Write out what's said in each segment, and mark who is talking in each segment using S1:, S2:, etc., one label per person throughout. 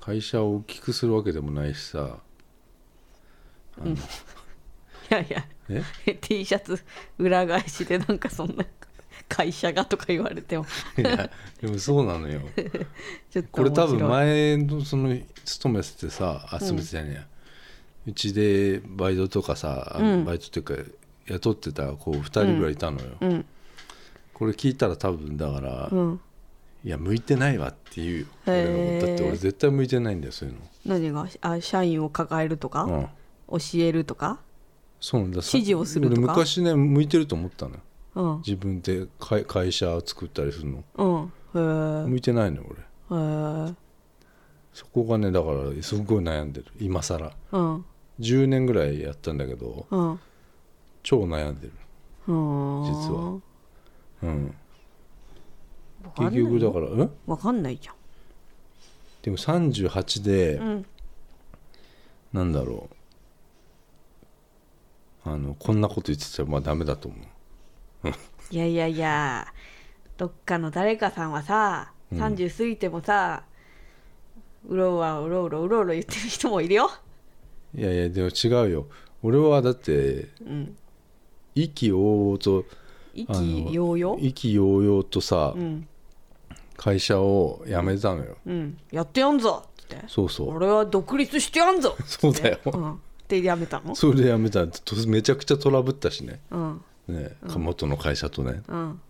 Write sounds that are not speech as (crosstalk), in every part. S1: 会社を大きくするわけでもないし
S2: (laughs)
S1: さあの、
S2: うんいやいや
S1: え
S2: T シャツ裏返しでなんかそんな会社がとか言われても
S1: いやでもそうなの
S2: (laughs)
S1: よ
S2: ちょっと
S1: これ
S2: 面白
S1: 多
S2: い
S1: 分前のその勤めててさあ
S2: ん
S1: 勤めてたね、うちでバイトとかさ、あの
S2: うん
S1: バイトっていうか雇ってた子2人ぐらいいたのよ、
S2: うん
S1: これ聞いたら多分だから、
S2: うん
S1: いや向いてないわっていうよ俺
S2: へー
S1: だって俺絶対向いてないんだよそういう
S2: 何があ社員を抱えるとか、
S1: の、うん、
S2: 教えるとか
S1: そうなんださ
S2: 指示をするとか
S1: 俺昔ね向いてると思ったのよ
S2: うん
S1: 自分で会会社を作ったりするの
S2: うんへー
S1: 向いてないのよ俺
S2: へー
S1: そこがねだからすごい悩んでる今更
S2: うん
S1: 10年ぐらいやったんだけど
S2: うん
S1: 超悩んでる
S2: うん
S1: 実はうん
S2: わかんな
S1: 結
S2: い
S1: 局だからうん
S2: わかんないじゃん
S1: でも38で、
S2: うん
S1: なんだろうあのこんなこと言ってたらまあダメだと思う
S2: いやいやいやどっかの誰かさんはさ
S1: うん
S2: 30過ぎてもさ、うろうわうろうろうろうろ言ってる人もいるよ
S1: いやいやでも違うよ俺はだって
S2: うん
S1: 意気揚々と
S2: 意
S1: あの
S2: 気揚々
S1: 意気揚々とさ、
S2: うん
S1: 会社を辞めたのよ
S2: うんやってやんぞって
S1: そうそう
S2: 俺は独立してやんぞ
S1: (laughs) そうだよ、
S2: うんってやめたの
S1: それで辞めたとめちゃくちゃトラブったしね
S2: うん
S1: ね、元の会社とね
S2: うん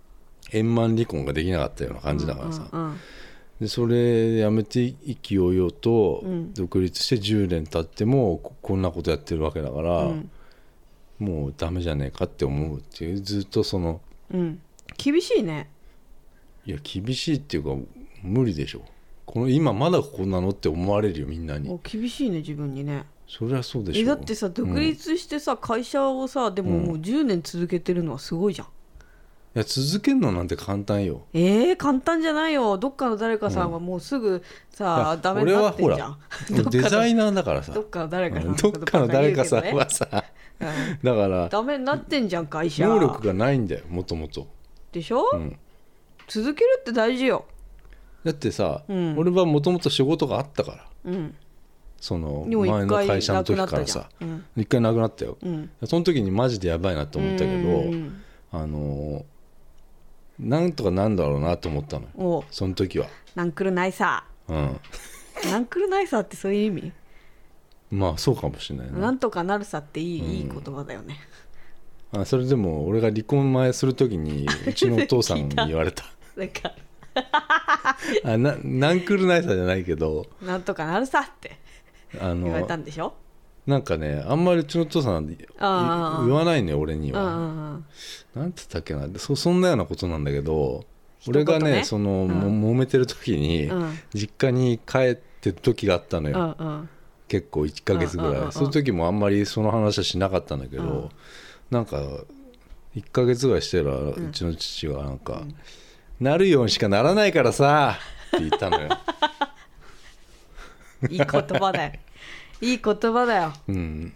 S1: 円満離婚ができなかったような感じだからさ、
S2: うん
S1: でそれ辞めて意気揚々と
S2: うん
S1: 独立して10年経ってもここんなことやってるわけだから、
S2: うん
S1: もうダメじゃねえかって思うっていうずっとその
S2: うん厳しいね
S1: いや厳しいっていうか無理でしょこの今まだここなのって思われるよみんなに
S2: お厳しいね自分にね
S1: そりゃそうでし
S2: え
S1: ょ
S2: だってさ独
S1: うんい
S2: 立してさ、会社をさでも
S1: うん
S2: もう10年続けてるのはすごいじゃん、
S1: や続けるのなんて簡単よ
S2: えー、簡単じゃないよどっかの誰かさんはもうすぐさ、
S1: いや
S2: ダメになってんじゃん (laughs) (laughs) どっかの
S1: デザイナーだからさ
S2: どっかの誰かさ
S1: うんん
S2: と
S1: どっ
S2: か
S1: かの誰かさ
S2: 言
S1: ん
S2: う
S1: はさだ
S2: けどねうん
S1: から
S2: ダメになってんじゃん会社
S1: 能力がないんだよもともと
S2: でしょ、
S1: ん
S2: 続けるって大事よ
S1: だってさ、
S2: うん
S1: 俺はもともと仕事があったから
S2: うん
S1: その
S2: でも
S1: 前
S2: 一
S1: の
S2: 回
S1: 会社の
S2: なく
S1: 時
S2: なっ
S1: か
S2: た
S1: ら
S2: じゃ
S1: さ
S2: んうん
S1: 一回なくなったよ
S2: うん
S1: その時にマジでやばいなと思ったけ
S2: うんう
S1: ど
S2: ん
S1: あのーなんとかなんだろうなと思ったのよ
S2: おう
S1: その時は
S2: なんくるないさ
S1: うん
S2: なんくるないさってそういう意味
S1: まあそうかもしれない
S2: な
S1: なん
S2: とかなるさっていい,、
S1: うん
S2: いい言葉だよね (laughs)
S1: あそれでも俺が離婚前する時にうちのお父さんに言われ
S2: (laughs)
S1: た
S2: なんか
S1: あななんくるないさじゃないけど
S2: なんとかなるさって
S1: あ
S2: 言われた
S1: の
S2: んでしょ
S1: なんかねあんまりうちのお父さんい
S2: あー
S1: 言わないね俺に
S2: うんう
S1: は
S2: んうん
S1: なんて言ったっけなそそんなようなことなんだけど俺がね
S2: 一言ね
S1: その、
S2: うん
S1: も揉めてる時に、
S2: うん
S1: 実家に帰ってる時があったの
S2: う
S1: よ、
S2: んうん
S1: 結構1ヶ月ぐらい、
S2: うんうんうんうん
S1: その時もあんまりその話はしなかったんだけど、
S2: うん
S1: なんか1ヶ月ぐらいしてたらうちの父がなんか、なるようにしかならないからさ」って言ったの
S2: (laughs)
S1: よ、
S2: いい言
S1: (laughs)
S2: 葉だよ。いい言葉だよ。
S1: うん、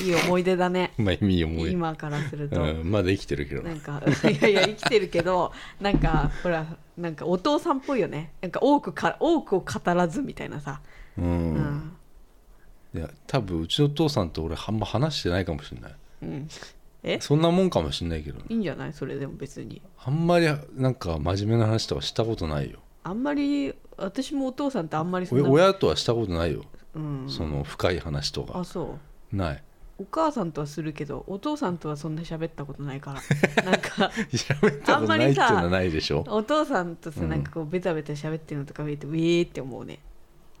S2: いい思い出だね。
S1: まあ意味思い、
S2: 今からすると。
S1: うん、まだ生きてるけど
S2: なんか、 (laughs) いやいや、生きてるけど、なんか、ほら、なんかお父さんっぽいよね。なんか多くか、多くを語らずみたいなさ。
S1: うん
S2: うん。
S1: いや多分うちの父さんと俺あんま話してないかもしれない
S2: うん、え
S1: そんなもんかもしれないけどね
S2: いいんじゃないそれでも別に。
S1: あんまりなんか真面目な話とかしたことないよ
S2: あんまり、私もお父さんってあんまりそ
S1: お
S2: んな。
S1: 親とはしたことないよ、
S2: うん。
S1: その深い話と
S2: あ、
S1: か
S2: そう。
S1: ない
S2: お母さんとはするけど、お父さんとはそんな喋ったことないから。
S1: (laughs)
S2: なんか。
S1: 喋ったことないっていうのはないでしょ
S2: お父さんとさ
S1: うん
S2: なんかこうベタベタ喋ってるのとか見てウィーって思うね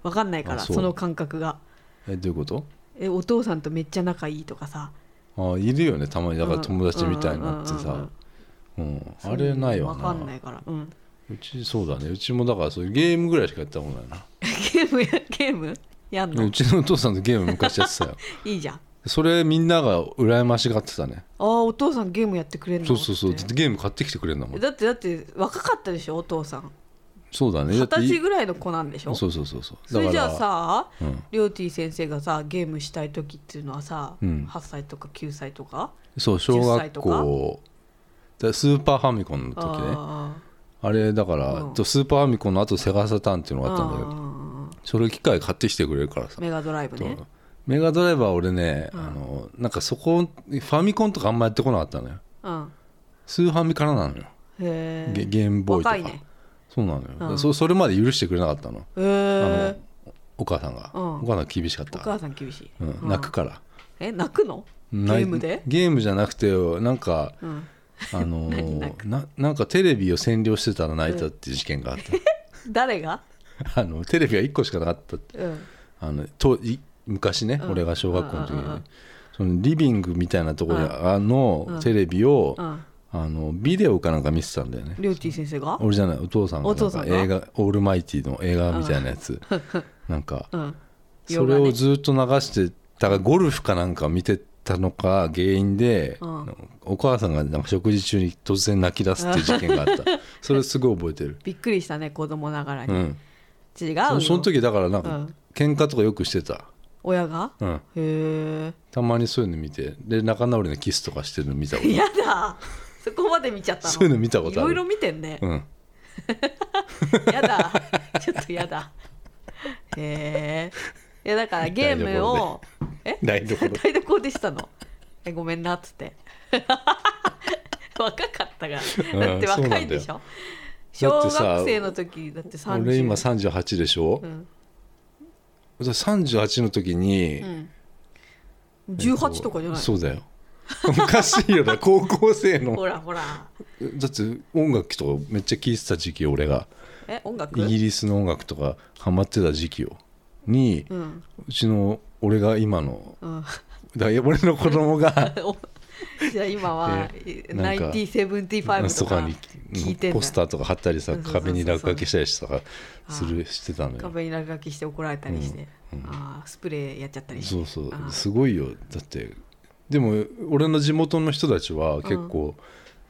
S2: わかんないから
S1: あ
S2: そ
S1: そう
S2: の感覚が
S1: えどういうこと
S2: えお父さんとめっちゃ仲いいとかさ
S1: あいるよねたまにだから
S2: うん
S1: 友達みたいになって
S2: うんうんうん
S1: さうんあれないわ
S2: わか
S1: なん
S2: ないから、うん、 (laughs)
S1: うちそうだねうちもだからそういうゲームぐらいしかやったことないな
S2: ゲームやゲームやんの、
S1: うちのお父さんとゲーム昔やってたよ
S2: いいじゃんあ
S1: それみんなが羨ましがってたね
S2: ーお父さんゲームやってくれるの
S1: そうそうそう
S2: って
S1: ゲーム買ってきてくれるんだもん
S2: だってだって若かったでしょお父さん
S1: そうだねだ
S2: 二十
S1: ってい
S2: 歳ぐらいの子なんでしょ
S1: そうそうそうそう
S2: それじゃあさ
S1: うん
S2: りょうてぃ先生がさゲームしたい時っていうのはさ、
S1: うん
S2: 8歳とか9歳とか
S1: そう小
S2: 歳
S1: 学
S2: とか
S1: 校だスーパーファミコンの時ね
S2: あ
S1: あれだから、
S2: うん
S1: とスーパーファミコンの後セガサターンっていうの
S2: ー
S1: があったんだけ
S2: あ
S1: ど
S2: ー
S1: それ機械買ってきてくれるからさ
S2: メガドライブね
S1: とメガドライバー俺ね、
S2: うん
S1: あのなんかそこファミコンとかあんまやってこなかったのよ
S2: うん
S1: スーファミからなのよ
S2: へ
S1: ゲ
S2: え
S1: ゲームボーイと
S2: 若
S1: か、
S2: いね
S1: そうなのよ、
S2: うん
S1: そそれまで許してくれなかったの
S2: へえ
S1: お母さんが、
S2: うん
S1: お母さん厳しかっ
S2: お
S1: たから
S2: 母さん厳しい、
S1: うん
S2: うん
S1: 泣くから
S2: え泣くのゲ
S1: な
S2: ームで
S1: ゲームじゃなくてなんか
S2: うん
S1: あの
S2: (laughs) 何泣く
S1: ななんかテレビを占領してたら泣いたっていう事件があっ
S2: 誰が
S1: た (laughs) あのテレビが1個しかなかったって
S2: うん
S1: あのとい昔ね、
S2: うん
S1: 俺が小学校の時にね、
S2: うんうんうん
S1: そのリビングみたいなところで、
S2: うん
S1: あ
S2: う
S1: の
S2: ん
S1: テレビを、
S2: うん
S1: あのビデオかなんか見てたんだよね
S2: りょうちぃ先生が
S1: 俺じゃないお父さんが
S2: お父さんが
S1: なんか映画オールマイティーの映画みたいなや
S2: (laughs)
S1: つ、なんか
S2: うん
S1: それをずっと流してたからゴルフかなんか見てたのか原因で、
S2: うん
S1: お母さんがなんか食事中に突然泣き出すっていう事件があ
S2: (laughs)
S1: ったそれすごい覚えてる、
S2: びっくりしたね子供ながらに、
S1: うん、
S2: 違う
S1: そ
S2: よ
S1: その時だからなん
S2: う
S1: か
S2: ん
S1: 喧嘩とかよくしてた、
S2: 親が
S1: うん、
S2: へ
S1: たまにそういうの見てで仲直りのキスとかしてるの見たこ
S2: (laughs) えやだそこまで見ちゃった
S1: と
S2: の
S1: そういうの見たことある
S2: いろいろ見てんね、
S1: うん、
S2: やだちょっとやだへえいやだからゲームをえ
S1: 台所で
S2: 台所でしたのえごめんなっつって若かったがだって若いでしょ、
S1: そうなんだよ
S2: 小学生の時だって30
S1: 俺今38でしょ、
S2: うん
S1: だから38の時に、
S2: うん、18とかじゃない、
S1: そうだよおかしいよ (laughs) な高校生の
S2: ほらほら
S1: だって音楽とかめっちゃ聴いてた時期俺が
S2: え音楽
S1: イギリスの音楽とかハマってた時期をに、う
S2: うん
S1: ちの俺が今の
S2: うん
S1: だから俺の子供
S2: (laughs)
S1: が
S2: おじゃあ今は
S1: えなんか
S2: 9075と
S1: と
S2: か
S1: かに
S2: 聞いてんだ
S1: ポスターとか貼ったりさ
S2: そうそうそうそう
S1: 壁に落書きしたりとかす
S2: あ
S1: るしてたのよ
S2: 壁に落書きして怒られたりして、
S1: うんうん
S2: あースプレーやっちゃったりして
S1: そうそう
S2: あ
S1: すごいよだってでも俺の地元の人たちは結構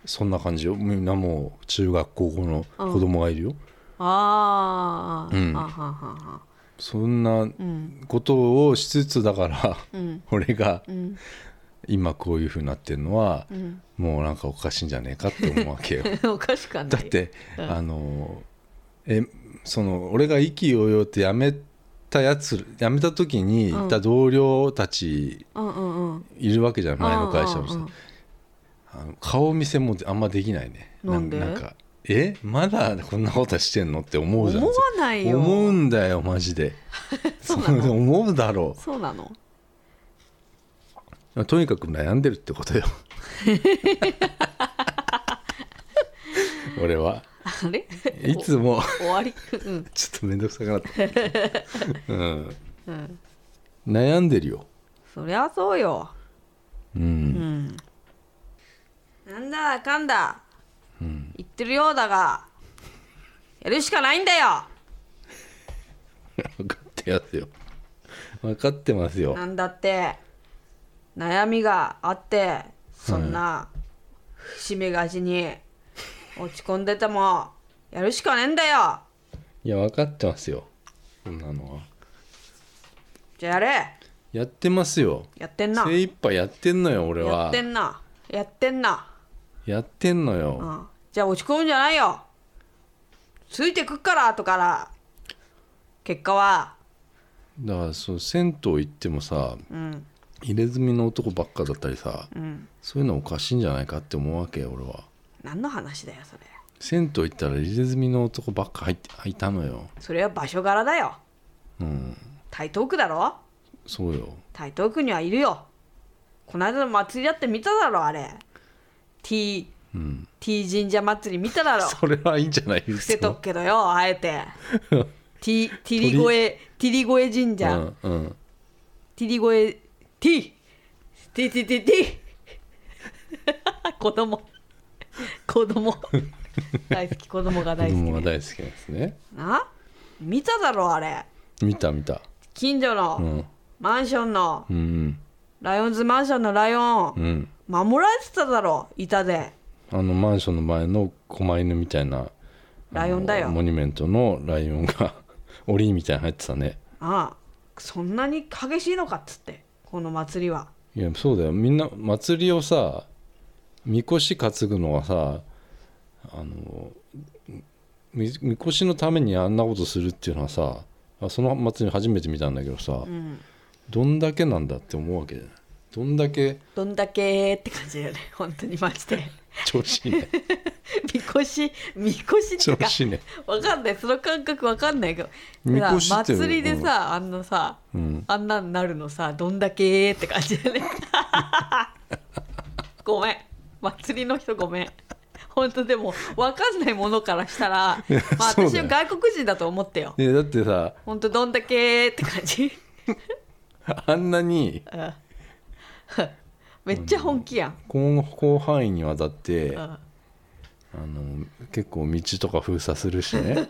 S1: そんな感じよみんなもう中学高校の子供がいるよ、
S2: あー、
S1: うん
S2: あはんはんはん
S1: そんな
S2: うん
S1: ことをしつつだから、
S2: うん
S1: 俺が (laughs)
S2: うん
S1: 今こういうふうになってるのは、
S2: うん
S1: もうなんかおかしいんじゃねえかって思うわけよ
S2: おかしく (laughs) はない
S1: だって、
S2: うん
S1: あのえその俺が意気揚々って辞めたやつ辞めた時にいた同僚たち
S2: うんうんうん
S1: いるわけじゃん、前の会社も
S2: う
S1: さ
S2: んうんうん
S1: あの顔見せもあんまできないね
S2: なんで
S1: なんかえまだこんなことしてんのって思うじゃん
S2: 思わないよ
S1: 思うんだよマ
S2: (laughs)
S1: ジで
S2: そうなの
S1: そう思うだろう
S2: そうなの
S1: とにかく悩んでるってこと
S2: (laughs)
S1: よ俺は
S2: あれ
S1: いつも
S2: お (laughs) 終わりうん
S1: ちょっと面倒くさくなった、うん、
S2: うん
S1: 悩んでるよ、
S2: そりゃそうよ
S1: う、
S2: うんんなんだかんだ、言ってるようだがやるしかないんだよ
S1: 分かってますよ分かってますよ
S2: なんだって悩みがあってそんな節目がちに落ち込んでてもやるしかねえんだよ
S1: いや分かってますよそんなのは
S2: じゃあやれ
S1: やってますよ
S2: やってんな
S1: 精一杯やってんのよ俺
S2: やっ
S1: は
S2: てんなやってんな、
S1: やってんの
S2: う
S1: よ
S2: ん、じゃあ落ち込むんじゃないよついてくっから後から結果は
S1: だからそう銭湯行ってもさ
S2: うん
S1: 入れ墨の男ばっかだったりさ
S2: うん
S1: そういうのおかしいんじゃないかって思うわけよ俺は。
S2: 何の話だよそれ
S1: 銭湯行ったら入れ墨の男ばっか入って入ったのよ
S2: それは場所柄だよ
S1: うん
S2: 台東区だろ
S1: そうよ
S2: 台東区にはいるよこの間の祭りだって見ただろあれ T,
S1: うん
S2: T 神社祭り見ただろ
S1: それはいいんじゃないで
S2: 伏
S1: す
S2: せと
S1: か
S2: くけどよあえ
S1: (laughs)
S2: て T ティリゴエティリゴエ神
S1: う
S2: 社、
S1: んうん
S2: ティリゴエ T ティティティティ子供子供大好き子供が
S1: 子
S2: 大好き、
S1: 供が大
S2: ね、
S1: 好きなんですね
S2: な見ただろあれ
S1: 見た見た
S2: 近所の、
S1: うん
S2: マンションの
S1: うん
S2: ライオンズマンションのライオ
S1: う
S2: ン、
S1: ん
S2: 守られてただろ板で
S1: あのマンションの前の狛犬みたいな
S2: ライオンだよ
S1: あのモニュメントのライオンが (laughs) 檻みたいに入ってたね
S2: ああそんなに激しいのかっつってこの祭りはい
S1: やそうだよみんな祭りをさみこし担ぐのはさあのみみこしのためにあんなことするっていうのはさあその祭り初めて見たんだけどさ、
S2: うん
S1: どんだけなんだって思うわけじゃないどんだけ
S2: どんだけって感じだよね本当にマジで
S1: 調子いい
S2: (laughs)
S1: ね
S2: みこしみこしって
S1: 調
S2: いうか
S1: 子いいね
S2: わかんないその感覚わかんないけど
S1: みこし
S2: さ
S1: っていうの
S2: 祭りでさ、あんなさ、
S1: うん
S2: あんなんなるのさどんだけって感じだね (laughs) ごめん祭りの人ごめん本当でもわかんないものからしたら、
S1: いや
S2: まあ、
S1: そう
S2: 私
S1: だよ
S2: は外国人だと思ってよ
S1: ねだってさ
S2: 本当どんだけって感じ、
S1: あんなに
S2: うん、めっちゃ本気やん、
S1: 広広範囲にわたって、
S2: うん
S1: あの結構道とか封鎖するしね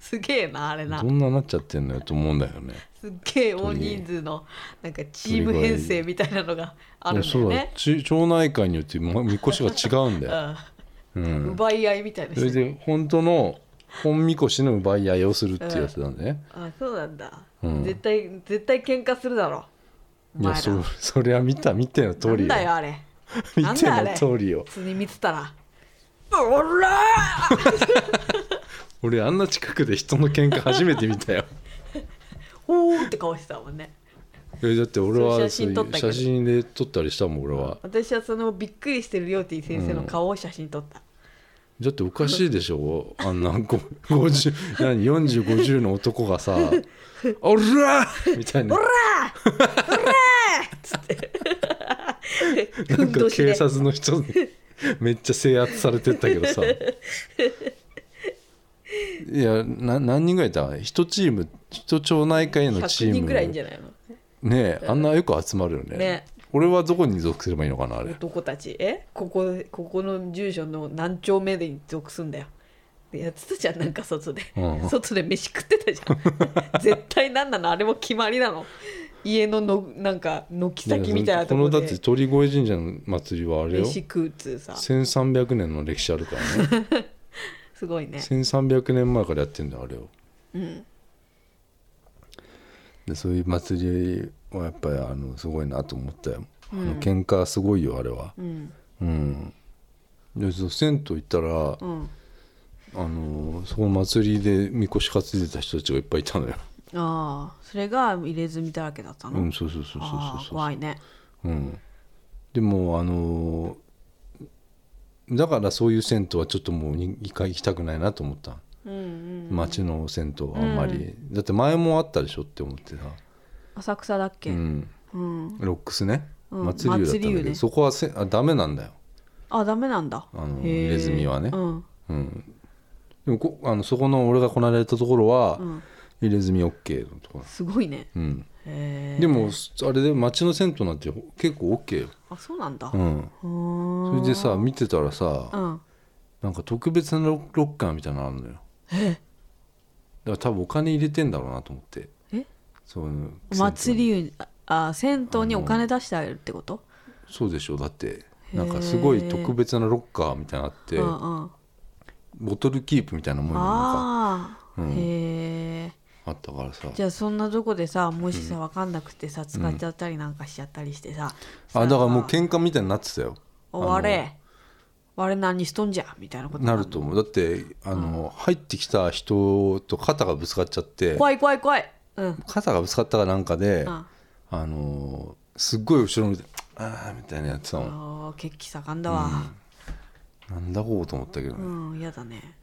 S2: すげえなあれ (laughs) な
S1: どんななっちゃってんのよと思うんだよね
S2: すっげえ大人数のなんかチーム編成みたいなのがあるんだ
S1: そう
S2: よ
S1: だ
S2: ね
S1: ち町内会によってまみこしが違うんだよ、う
S2: うん
S1: ん、
S2: 奪い合いみたいな
S1: それ
S2: 人
S1: で本当の本みこしの奪い合いをするっていうやつなんだね、
S2: あそうなんだ、
S1: うん
S2: 絶対絶対喧嘩するだろ
S1: い
S2: お
S1: や
S2: 前ら
S1: そそりゃ見た見ての通
S2: な
S1: り
S2: んだよあれ
S1: 見
S2: なん
S1: て
S2: だあ
S1: の
S2: れ
S1: 通りよ
S2: 普通に見てたら「おらー
S1: 俺あんな近くで人の喧嘩初めて見たよ (laughs)
S2: おー!」って顔してたもんね
S1: えだって俺は
S2: そ
S1: そう
S2: う写真撮ったけど
S1: 写真で撮ったりしたもん俺は
S2: 私はそのびっくりしてるりょうてぃ先生の顔を写真撮った、
S1: だっておかしいでしょあんなご50何4050の男が
S2: (laughs)
S1: さ「おら!」みたいな
S2: おらーおらー!」っつって
S1: なん
S2: ふん
S1: か
S2: どし
S1: 警
S2: で
S1: 察の (laughs) 人にめっちゃ制圧されてったけどさいやな何人ぐらいいた一チーム一町内会のチー
S2: 100
S1: ム
S2: 人ぐらいいんじゃないの
S1: ねえあんなよく集まるよね
S2: ね
S1: 俺はどこに属すればいいのかなあれ
S2: 男たちえここここの住所の何丁目で属すんだよでやってたじゃんなんか外で、
S1: うん
S2: 外で飯食ってたじゃん (laughs) 絶対何なのあれも決まりなの家ののなんか軒先みたいなとこ
S1: のだ
S2: ろ
S1: って
S2: で
S1: 鳥越神社の祭りはあれよ
S2: 飯食うっつうさ
S1: 1300年の歴史あるからね
S2: すごいね
S1: 1300年前からやってんだよあれをでそういう祭りはやっぱりあのすごいなと思ったよ、あの喧嘩すごいよあれは
S2: うん
S1: うんでそう銭湯行ったら、
S2: うん
S1: あのその祭りでみこし担いでた人たちがいっぱいいたのよ、
S2: ああそれが入れ墨だらけだったの、
S1: うん、そうそうそうそうそう
S2: あ
S1: そう
S2: あ怖いね
S1: うん、でもあのーだからそういう銭湯はちょっともうに一回行きたくないなと思った
S2: うんうん
S1: 町の銭湯はあんまり、だって前もあったでしょって思ってさ、
S2: 浅草だっけ、
S1: うん、
S2: うん
S1: ロックスね、
S2: うん
S1: 祭り湯だったんだ
S2: 祭り
S1: け
S2: 湯
S1: ど、
S2: ね
S1: そこはせあダメなんだよ、
S2: あダメなんだ
S1: あの
S2: へえ
S1: ネズミはね
S2: うん
S1: うん、でもこあのそこの俺がこなれたところは、
S2: うん
S1: 入れ墨 OK のところ、
S2: すごいね
S1: うん、
S2: へえ
S1: でもあれで町の銭湯なんて結構 OK よ、
S2: あそうなんだ、
S1: うん、
S2: うー
S1: そ
S2: ん
S1: れでさ見てたらさ、
S2: うん
S1: なんか特別なロロッカーみたいなのあるのよだから多分お金入れてんだろうなと思って
S2: え
S1: そういう
S2: お祭り湯にああ銭湯にお金出してあげるってこと
S1: そうでしょだってなんかすごい特別なロッカーみたいなのあって
S2: うんうん
S1: ボトルキープみたいなもんよなんか
S2: ああ
S1: うん
S2: へえ
S1: あったからさ
S2: じゃあそんなとこでさもしさ分かんなくてさ使っちゃったりなんかしちゃったりしてさ
S1: あだからもう
S2: け
S1: 喧嘩みたいになってたよ
S2: 終われ我何しとんじゃみたいなこと
S1: なると思うだってあの、入ってきた人と肩がぶつかっちゃって
S2: 怖い怖い怖いうん
S1: 肩がぶつかったかなんかで、
S2: あ
S1: あのすっごい後ろ見て「ああ」みたいなやつだもん
S2: あー血気盛んだわ
S1: なんだこうと思ったけどね、
S2: うん嫌だね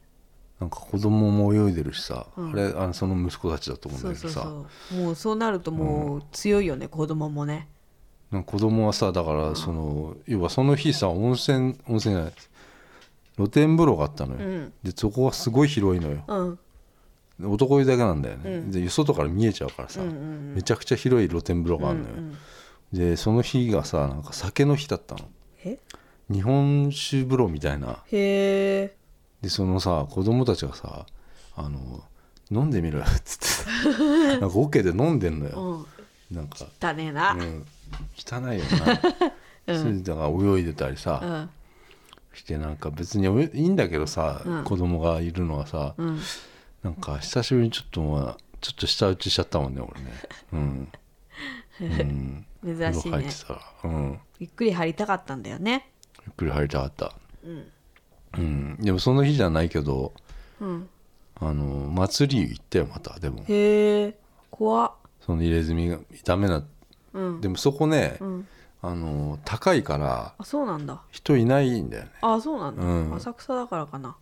S1: なんか子供も泳いでるしさ、あれあのその息子たちだと思うんだ
S2: そう
S1: けど
S2: そう
S1: さ
S2: そうもうそうなるともう強いよね子供もね
S1: なんか子供はさだからその、要はその日さ温泉温泉じゃない露天風呂があったのよ、
S2: うん
S1: でそこはすごい広いのよ
S2: うん
S1: で男湯だけなんだよね、で外から見えちゃうからさ、
S2: うんうんうん
S1: めちゃくちゃ広い露天風呂があるのよ、
S2: うんうん
S1: でその日がさなんか酒の日だったの
S2: え
S1: 日本酒風呂みたいな
S2: へえ
S1: でそのさ子供たちがさあの飲んでみろよっつってさ
S2: (laughs)
S1: なんかオケで飲んでんのよ、
S2: うん
S1: なんか
S2: だねえな
S1: うん、汚いよ
S2: (laughs)
S1: な、それでだから泳いでたりさ、
S2: うん
S1: してなんか別においいいんだけどさ、
S2: うん
S1: 子供がいるのはさ、
S2: うん
S1: なんか久しぶりにちょっとまあちょっと舌打ちしちゃったもんね俺ねうん、
S2: (laughs)
S1: うん、
S2: 珍し
S1: 風呂
S2: い
S1: 入
S2: ね
S1: ってたらうん
S2: ゆっくり入りたかったんだよね
S1: ゆっくり入りたかったうん、でもその日じゃないけど
S2: うん
S1: ああの祭り行ったよまたでも
S2: へえ怖っ
S1: その入れ墨がダメな
S2: うん
S1: でもそこね、
S2: うん
S1: あの高いから
S2: あそうなんだ
S1: 人いないんだよね
S2: あそうなんだ、
S1: うん
S2: 浅草だからかな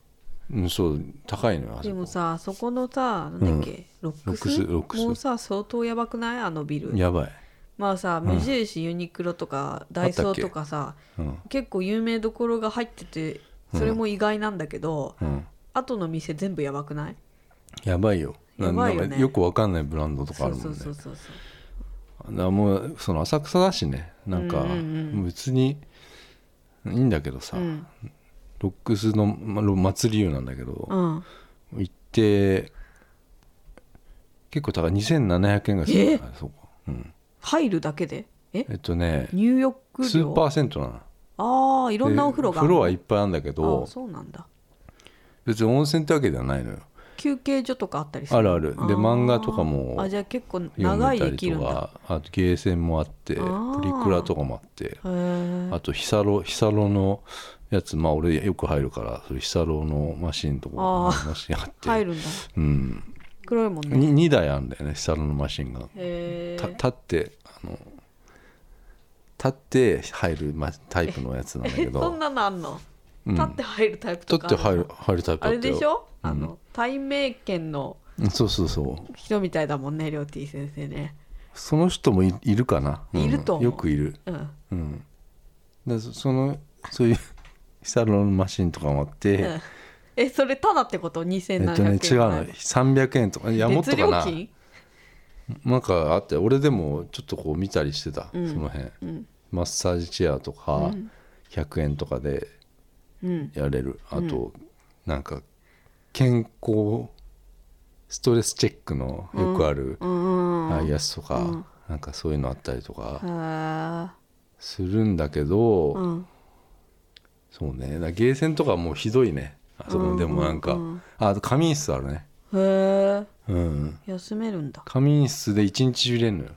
S1: うんそう高いのよあそ
S2: でも
S1: こ
S2: さあそこのさなんだっけ、ロックス
S1: ロックス
S2: もうさ相当やばくないあのビル
S1: やばい、
S2: まあさ無印、ユニクロとかダイソーとかさ
S1: うん
S2: 結構有名どころが入っててそれも意外なんだけど、
S1: うん、
S2: 後の店全部やばくない
S1: やばいよな
S2: やばいよ
S1: な
S2: ね
S1: んかよくわかんないブランドとか
S2: そ
S1: あ
S2: う
S1: るもんね
S2: そうそうそうそう
S1: だからもうその浅草だしねなんか
S2: うんうんうん
S1: 別にいいんだけどさ、
S2: うん
S1: ロックスの、ま、ロ祭り湯なんだけど、
S2: うん
S1: 行って結構高い2700円ぐらいするからそこ、うん、
S2: 入るだけでえ
S1: えっとね
S2: 入浴料
S1: 数パーセントなの
S2: ああい
S1: い
S2: ろんなお風呂が
S1: 風呂はいっぱいあるんだけ
S2: ああ
S1: ど
S2: そうなんだ
S1: 別に温泉ってわけではないのよ
S2: 休憩所とかあったりする
S1: あるあるで
S2: ー
S1: 漫画とかも
S2: あじゃあ結構
S1: 読
S2: 長
S1: め
S2: い
S1: た
S2: で
S1: り
S2: きる
S1: と
S2: んだ
S1: かあとゲーセンもあってプ
S2: あー
S1: リクラとかもあって
S2: へえ
S1: あとヒサロヒサロのやつまあ俺よく入るからそれヒサロのマシンとか
S2: あー
S1: マシンあって
S2: 入るんだ
S1: うん、
S2: 黒いもんね
S1: に2台あるんだよねヒサロのマシンが
S2: へ
S1: た
S2: え
S1: 立ってあの立って入る、ま、タイプのやつなんだけ
S2: えそん
S1: ど
S2: なのあんの
S1: うん
S2: 立って入るタイプ
S1: 立
S2: と
S1: っ
S2: か
S1: て
S2: あ
S1: 入
S2: の
S1: る入るタイプ
S2: あ
S1: だ
S2: れ
S1: った
S2: でし
S1: よ
S2: ょあの対面権の
S1: うんそうそうそう
S2: 人みたいだもんねりょうてぃ先生ね
S1: その人もいいるかな、うん
S2: いると思う
S1: よくいる
S2: うん
S1: うんだそそのそういう (laughs) ヒサロのマシンとかもあって、
S2: うんえそれただってこと
S1: え
S2: 2700円
S1: っとね違うの300円とかいやもっと
S2: 別
S1: か
S2: 料
S1: な
S2: 金
S1: なんかあって俺でもちょっとこう見たりしてた、
S2: うん
S1: その辺
S2: うん
S1: マッサージチェアとか
S2: うん
S1: 100円とかで
S2: うん
S1: やれる、あとなんか健康ストレスチェックのよくある、
S2: うん
S1: ああいうやつとか、
S2: うん
S1: なんかそういうのあったりとか
S2: へー
S1: するんだけど、
S2: うん
S1: そうねだからゲーセンとかもうひどいねあそこもでもなんか、
S2: うんうんうん
S1: ああと仮眠室あるね
S2: へえ
S1: うん
S2: 休めるんだ
S1: 仮眠室で一日入れるのよ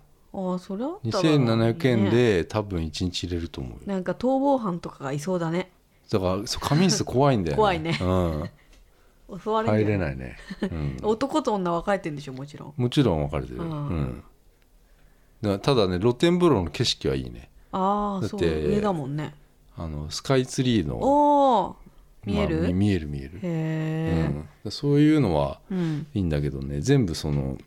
S2: ああそれは
S1: 2700円で多分一日入れると思うよ
S2: なんか逃亡犯とかがいそうだね
S1: だからそう仮眠室怖いんだよね
S2: 怖いね
S1: うん、
S2: 襲われる
S1: 入
S2: よ
S1: れないね、うん、
S2: 男と女分かれてんでしょもちろん
S1: もちろん分かれてる、う
S2: うん
S1: ん、だからただね露天風呂の景色はいいね
S2: ああ
S1: だっ
S2: そう
S1: て
S2: 上だもんね
S1: あのスカイツリーの
S2: おお見え
S1: まあみ
S2: る
S1: 見える見える、
S2: へ
S1: うん、だからそういうのは
S2: えうん
S1: いいんだけどね全部その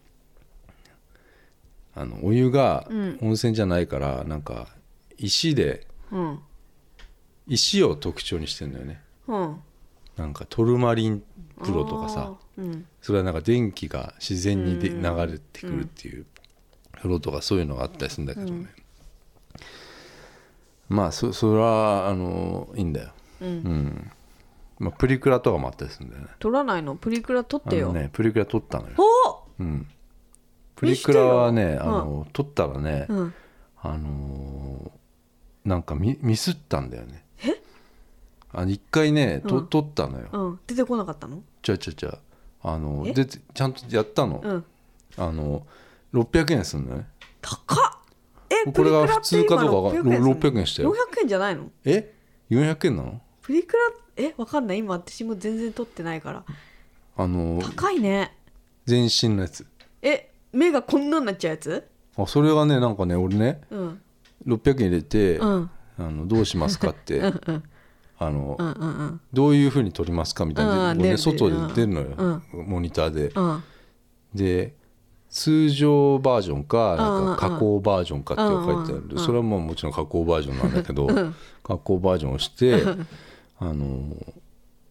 S1: あのお湯が
S2: うん
S1: 温泉じゃないから、なんか石で
S2: うん
S1: 石を特徴にしてんだよね
S2: うん
S1: なんかトルマリン風呂とかさ
S2: あーうん
S1: それはなんか電気が自然にで
S2: う
S1: 流
S2: ん
S1: れてくるっていう風呂とかそういうのがあったりするんだけどね、まあそそれはあのいいんだよ、
S2: う
S1: うんんまあ、プリクラとかもあったりするんだよね
S2: 取らないのプリクラ取っ
S1: あ
S2: てよ
S1: のねプリクラ撮ったのよ、
S2: お
S1: うん、プリクラはね
S2: 見せて
S1: あ
S2: よ
S1: の撮ったらね、
S2: うん
S1: あのーなんかミミスったんだよねあの一回ねと
S2: うん
S1: 撮ったのよ、
S2: うん出てこなかったの
S1: ちゃちゃちゃあの
S2: え
S1: でちゃんとやったの、
S2: うん
S1: あの600円すんのね
S2: 高っえ
S1: これが普通かどう
S2: プ
S1: か
S2: リ
S1: が
S2: クラって今
S1: 600円したよ
S2: 400円じゃないの
S1: え400円なの
S2: プリクラえわかんない今私も全然取ってないから
S1: あの
S2: 高いね
S1: 全身のやつ
S2: え目がこんなんなっちゃうやつ
S1: あそれがねなんかね俺ね
S2: うん
S1: 600円入れて、
S2: うん
S1: あのどうしますかって
S2: うん
S1: あの、
S2: うんうんうん
S1: どういうふうに撮りますかみたいな、
S2: うん
S1: で俺
S2: 出る
S1: ね外で出るのよ、モニターで、で通常バージョンかなんか加工バージョンかって書いてある、
S2: うんうん
S1: それはもうもちろん加工バージョンなんだけど、
S2: うん
S1: 加工バージョンをしてあの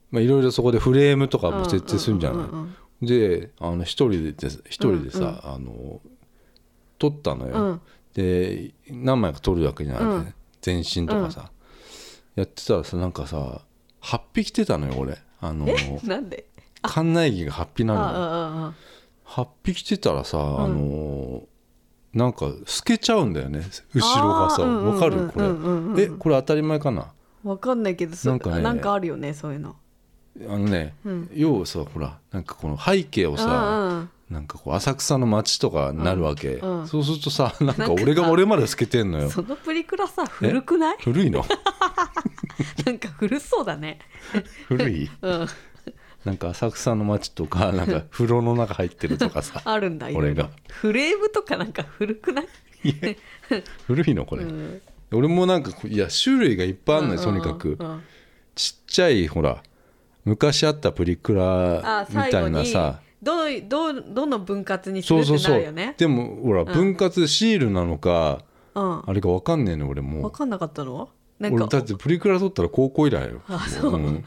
S1: まあいろいろそこでフレームとかも設定するんじゃない、
S2: うんうん
S1: であの一人で一人でさ、あの撮ったのよ、
S2: うん
S1: で何枚か撮るわけじゃなくて、ね
S2: うん
S1: 全身とかさ、やってたらさなんかさ8匹来てたのよ俺あの
S2: うんなんで
S1: 館内着が8匹なのよ
S2: あ
S1: 8匹来てたらさ、あのーなんか透けちゃうんだよね後ろがさ
S2: あー
S1: わ、
S2: うんうんうん
S1: かるこれ、
S2: うんうんうん
S1: えこれ当たり前かな
S2: わかんないけどそ
S1: な
S2: なん
S1: んかね
S2: かあるよねそういうの
S1: あのね、
S2: うん
S1: 要はさほらなんかこの背景をさ、
S2: うんうん
S1: なんかこう浅草の街とかになるわけ、
S2: うんうん
S1: そうすると
S2: (laughs)
S1: さなん
S2: なん
S1: か
S2: か
S1: 俺が
S2: さ
S1: 俺まで透けてんのよ
S2: そのプリクラさ古くない (laughs)
S1: 古いの
S2: なんか古そうだね
S1: 古い
S2: うん
S1: なんか浅草の街とかなんか風呂の中入ってるとか
S2: (laughs)
S1: さ
S2: あるんだ
S1: 俺が
S2: いろいろフレームとかなんか古くない、
S1: 古いのこれ、
S2: うん
S1: 俺もなんかこういや種類がいっぱいあんのよ、とにかく、
S2: うんうん
S1: ちっちゃいほら昔あったプリク
S2: あ
S1: ラみ
S2: 最
S1: た
S2: 後
S1: いな
S2: に
S1: さ
S2: どうどうどの分割にす
S1: そ
S2: る
S1: う
S2: っ
S1: そ
S2: て
S1: うそ
S2: なる
S1: う
S2: よね
S1: でもほら分割シールなのか、
S2: うん
S1: あれか分かんねえの俺も
S2: 分
S1: う
S2: かんなかったのなん
S1: 俺
S2: か
S1: だってプリクラ撮ったら高校以来よ
S2: あそう、 (laughs)
S1: ん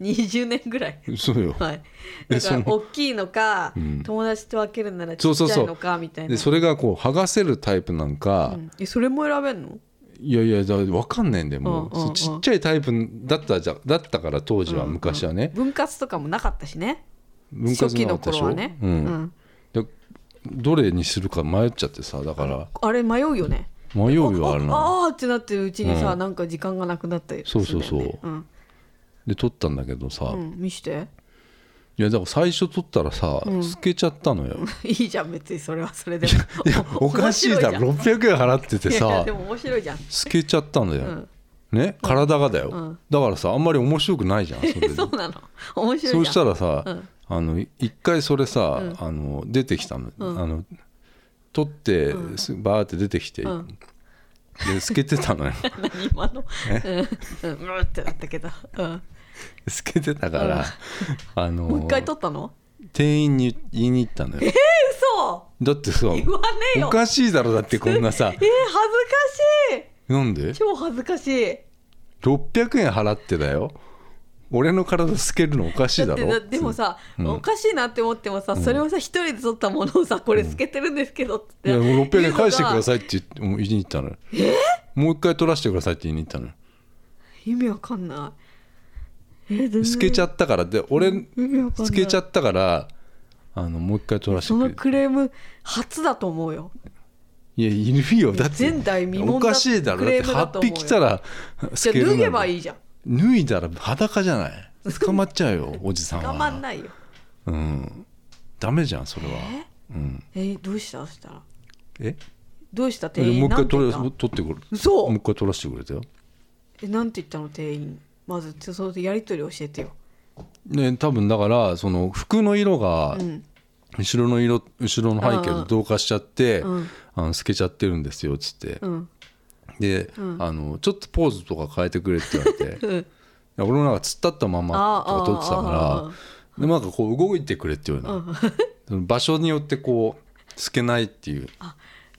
S2: 20年ぐらい
S1: そうよ
S2: は
S1: で
S2: いだから
S1: その
S2: 大きいのか、
S1: うん
S2: 友達と分けるならち
S1: そ
S2: っ
S1: うそう
S2: ちゃ
S1: そう
S2: いのかみたいな
S1: でそれがこう剥がせるタイプなんか、
S2: うんえそれも選べんの
S1: いやいやだ分かんないんだよもう、
S2: うんうんうん
S1: そうちっちゃいタイプだったじゃだったから当時は昔はね、
S2: 分割とかもなかったしね
S1: 分割
S2: 初期
S1: なか
S2: の
S1: ったでし
S2: 頃
S1: ょ、
S2: はね、
S1: うん
S2: うん
S1: でどれにするか迷っちゃってさだから
S2: あれ迷うよね
S1: 迷うよ
S2: あ
S1: あれな
S2: あーってなってるうちにさ、
S1: うん
S2: なんか時間がなくなったりす
S1: そ
S2: る
S1: うん
S2: だよ
S1: そう
S2: ね、
S1: そう
S2: うん
S1: で撮ったんだけどさ、
S2: う
S1: い
S2: ん、見して
S1: やだから最初撮ったらさ、透けちゃったのよ
S2: (laughs) いいじゃん別にそれはそれで
S1: いやおかしいだろ600円払ってて
S2: いや
S1: さ
S2: でも面白いじゃん
S1: 透けちゃったのよ、
S2: ん
S1: ね体がだよ、
S2: ん
S1: だからさあんまり面白くないじゃんそれで
S2: (laughs) そうなの面白いじゃん
S1: そうしたらさ、
S2: うん
S1: あのい一回それさ、あの出てきたの,、あの取って、すバーって出てきて、
S2: うん
S1: で透けてたのよ (laughs)
S2: (laughs) 何今のうんうんうーってなったけど、うん、
S1: 透けてたから、あの
S2: もう一回撮ったの
S1: 店員に言いに行ったのよ
S2: 嘘
S1: だってさ
S2: 言わねえよ
S1: おかしいだろだってこんな
S2: (laughs) えー、
S1: さ
S2: 恥ずか
S1: なんで
S2: しい超恥ずかしい
S1: 600円払ってだよ俺の体透けるのおかしいだ
S2: だっ
S1: ろ
S2: てだでもさ、
S1: うん
S2: おかしいなって思ってもさ、それをさ一人で撮ったものをさこれ透けてるんですけどっつっ
S1: い
S2: て
S1: やもう600円返してくだ
S2: い
S1: さいって言って言いに行ったのよもう一回取らせてくださいって言いに行ったのよ
S2: 意味わかんないえー、全然
S1: 透けちゃったからで俺
S2: 意味わかんない
S1: 透けちゃったからあのもう一回取らせて
S2: そ
S1: く
S2: の
S1: れ
S2: クレーム初だと思うよ
S1: いやいるよだって
S2: 前代未聞だ
S1: おかしいだろ
S2: ク
S1: だっ
S2: レ
S1: て
S2: ームだと
S1: 8
S2: 思うよ
S1: 匹来たら
S2: じ
S1: 透
S2: ゃあ
S1: けるな
S2: 脱
S1: んて
S2: げばいいじゃん
S1: 脱いだら裸じゃない捕まっちゃう
S2: (laughs)
S1: よおじさんは
S2: 我慢ないよ
S1: うんダメじゃんそれはうん
S2: えー、どうしたそしたら
S1: え
S2: どうした
S1: で
S2: 店員
S1: もう一
S2: な
S1: 回
S2: んて
S1: 取
S2: 言
S1: れ
S2: った
S1: 取ってくる
S2: 嘘
S1: もう一回取らせてくれたよ
S2: えなんて言ったの店員まずちょそのやり取り教えてよ
S1: ね多分だからその服の色が
S2: ん
S1: 後ろの色後ろの背景と同化しちゃって
S2: うん
S1: あの透けちゃってるんですよっつって
S2: うん
S1: で、あのちょっとポーズとか変えてくれって言われてい
S2: (laughs) うん
S1: や俺もなんか突っ立ったままとか撮ってた
S2: あーあーあ
S1: からでなんかこう動いてくれって言われたのその場所によってこう透けないっていう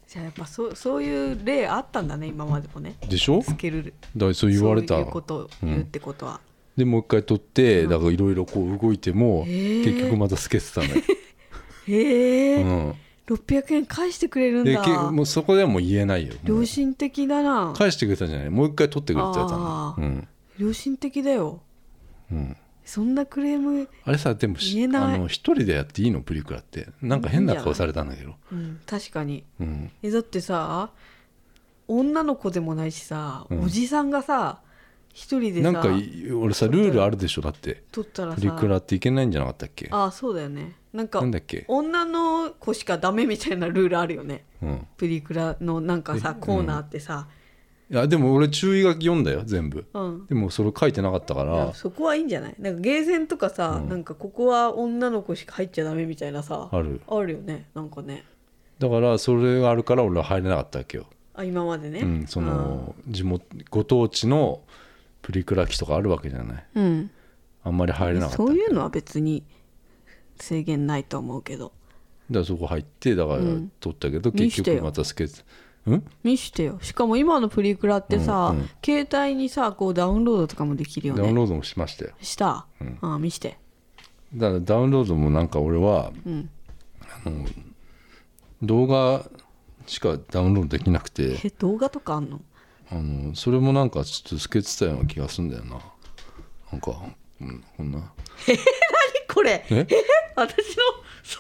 S2: じゃあやっぱそうそういう例あったんだね今までもね
S1: でしょだ
S2: 透
S1: か
S2: ける
S1: らそう言われた
S2: そういうことを言うってことは、
S1: でもう一回撮ってだからいろいろこう動いても、
S2: ー
S1: 結局また透けてたの
S2: (laughs)
S1: よ、
S2: へえ、
S1: うん
S2: 600円返してくれるん
S1: で
S2: だ
S1: けもうそこではもう言えないよもう
S2: 良心的だな
S1: 返してくれたんじゃないもう一回取ってくれって言われたの
S2: あー
S1: うん
S2: 良心的だよ
S1: うん
S2: そんなクレーム、
S1: あれさでもし
S2: 言えない
S1: あの一人でやっていいのプリクラってなんか変な顔されたんだけど
S2: うん、確かに
S1: うん
S2: えだってさ女の子でもないしさ、
S1: うん
S2: おじさんがさ一人で
S1: な
S2: さ
S1: んかい俺さルールあるでしょだって
S2: 撮ったらさ
S1: プリクラっていけないんじゃなかったっけ
S2: ああそうだよねなんか
S1: なんだっけ
S2: 女の子しかダメみたいなルールあるよね
S1: うん
S2: プリクラのなんかさ
S1: え
S2: コーナーってさ、
S1: いやでも俺注意書き読んだよ全部
S2: うん
S1: でもそれ書いてなかったか
S2: いや
S1: ら
S2: そこはいいんじゃないなんかゲーセンとかさ、
S1: うん
S2: なんかここは女の子しか入っちゃダメみたいなさ
S1: ある
S2: あるよねなんかね
S1: だからそれがあるから俺は入れなかったわけよ
S2: あ今までね、
S1: うんその地元ご当地のプリクラ機とかあるわけじゃない
S2: うん
S1: あんまり入れなかった
S2: そういうのは別に制限ないと思うけど
S1: だからそこ入ってだから
S2: うん
S1: 取ったけど、
S2: 見
S1: 結
S2: してよ
S1: 局またスケッチうん
S2: 見してよしかも今のプリクラってさ、
S1: うんうん
S2: 携帯にさこうダウンロードとかもできるよ
S1: ダウン
S2: ね
S1: ロードもしましたよ
S2: した、ああ見して
S1: だからダウンロードもなんか俺は、
S2: ん
S1: あの動画しかダウンロードできなくて
S2: え動画とかあんの
S1: あのそれもなんかちょっと透けてたような気がするんだよななんか、うん、こんな
S2: 何これ
S1: え
S2: 私の想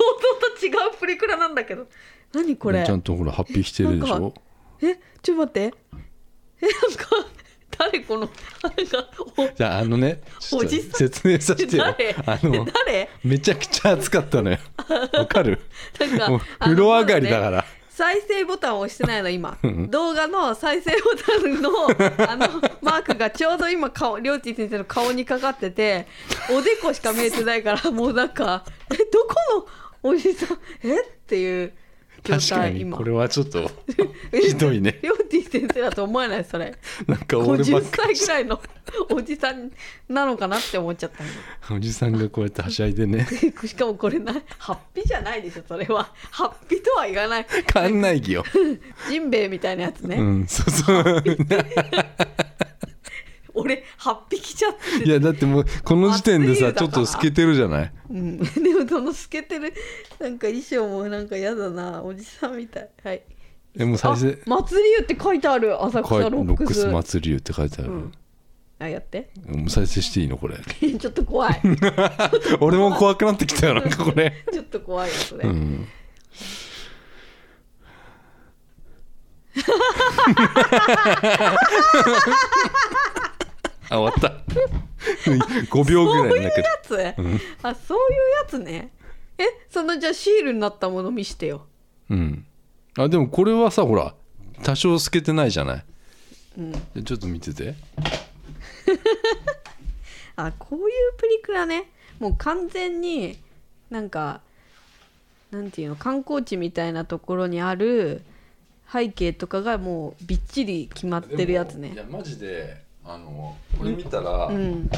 S2: 像と違うプリクラなんだけど何これ
S1: ちゃんとほらハッピーしてるでし
S2: なん
S1: ょ
S2: かえちょっと待ってえなんか誰このなんか
S1: じゃああのねちょっ
S2: お
S1: と
S2: じさん
S1: 説明さ
S2: お
S1: せてよ
S2: 誰
S1: あの
S2: 誰
S1: めちゃくちゃ暑かったのよわかる
S2: なんか
S1: もう
S2: あ
S1: 風
S2: の
S1: 呂上がりだから
S2: そうだね再生ボタンを押してないの今動画の再生ボタンのあのマークがちょうど今顔りょうちん先生の顔にかかってておでこしか見えてないからもうなんかえどこのおじさんえっていう状
S1: 確か
S2: 態
S1: に
S2: 今
S1: これはちょっ
S2: (laughs)
S1: とひどいね
S2: りょうちん先生だと思わないそれ
S1: なんか俺ば
S2: 50
S1: っか
S2: 歳ぐらいのおじさんなのかなって思っちゃった今
S1: りおじさんがこうやってはしゃいでね
S2: しかもこれなハッピーじゃないでしょそれはハッピーとは言わない
S1: 館内着よ、
S2: ジンベエみたいなやつね、
S1: うん (laughs) そうそう
S2: 俺ハッピー来ちゃって
S1: いやだってもうこの時点でさちょ
S2: 暑いよ
S1: っ
S2: だから
S1: と透けてるじゃ (laughs) ない
S2: うん、 (laughs) でもその透けてるなんか衣装もなんかやだなおじさんみたいはい
S1: えもう
S2: あ
S1: 再生
S2: 祭り湯って書いてある浅
S1: こうや
S2: 草
S1: って
S2: ロ
S1: ロ
S2: ッ
S1: ッ
S2: ク
S1: ク
S2: ス
S1: ス祭り湯って書いてある、
S2: うんあやって (laughs)
S1: もう再生していいのこれ
S2: ちょっと怖 (laughs) い
S1: 俺も怖くなってきたよなんかこれ
S2: ちょっと怖いよそれ、
S1: (laughs) うん (laughs) あ終わった5秒ぐ
S2: そう
S1: らい
S2: い
S1: だ
S2: うや
S1: けど
S2: つ、あそういうやつねえそのじゃあシールになったもの見してよ
S1: うんあでもこれはさほら多少透けてないじゃない、
S2: うん
S1: でちょっと見てて
S2: あこういうプリクラねもう完全になんかなんていうの観光地みたいなところにある背景とかがもうびっちり決まってるやつ
S1: い
S2: ね
S1: やマジであのこれ見たら、
S2: うん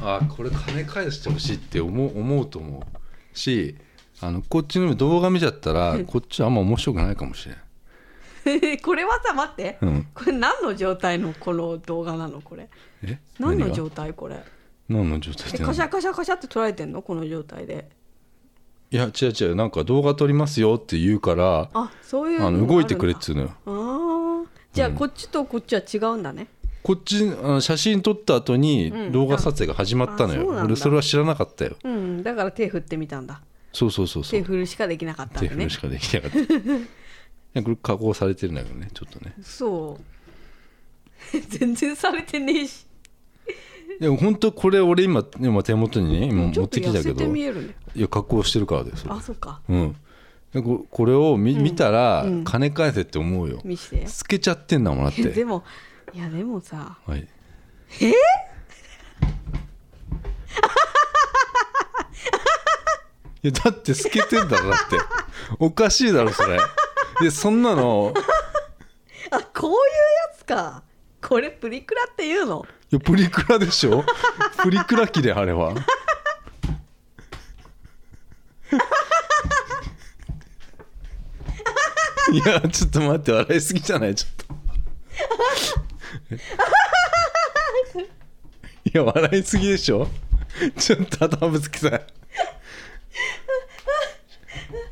S1: あこれ金返してほしいって思う思うと思うしあのこっちの動画見ちゃったらこっちあんま面白くないかもしれん
S2: (laughs) これはさ待って、
S1: うん
S2: これ何の状態のこの動画なのこれ
S1: え
S2: 何の
S1: が
S2: 状態これ
S1: 何の状態っ
S2: え
S1: て
S2: カ
S1: 何
S2: シャカシャカシャって捉えてんのこの状態で
S1: いや違う違うなんか動画撮りますよって言うからあ
S2: あそういう
S1: の動いてくれっ
S2: つ
S1: つうのよ
S2: あーじゃあこっちとこっちは違うんだね、
S1: こっちあの写真撮った後に動画撮影が始まったの
S2: あ
S1: よ、
S2: そうなんだ
S1: 俺それは知らなかったよ
S2: うんだから手振ってみたんだ
S1: そうそうそうそ
S2: 手
S1: う
S2: 振るしかできなかったん
S1: 手
S2: だ
S1: 振
S2: ね
S1: るしかできなかった
S2: (laughs)
S1: いやこれ加工されてるんだけどねちょっとね
S2: そう (laughs) 全然されてねえし
S1: でも本当これ俺今今手元にね今
S2: ちょ
S1: 持っ
S2: っと
S1: てき
S2: 痩
S1: た
S2: せ
S1: け
S2: て
S1: ど
S2: 見
S1: い
S2: えるね
S1: や加工してるからです
S2: あそっか
S1: うんでここれを見,、見たら金返せって思うよ、
S2: 見して
S1: 透けちゃってんだもんだっ
S2: (laughs) で
S1: て
S2: もいやでもさ
S1: はいえ (laughs) いやだって透けてんだろだっておかしいだろそれいやそんなの
S2: あこういうやつかこれプリクラっていうの
S1: いやプリクラでし
S2: (laughs)
S1: ょプリクラ機であれはいやちょっと待って笑いすぎじゃないちょっ
S2: (laughs)
S1: といや笑いすぎでしょちょっと頭ぶつけたい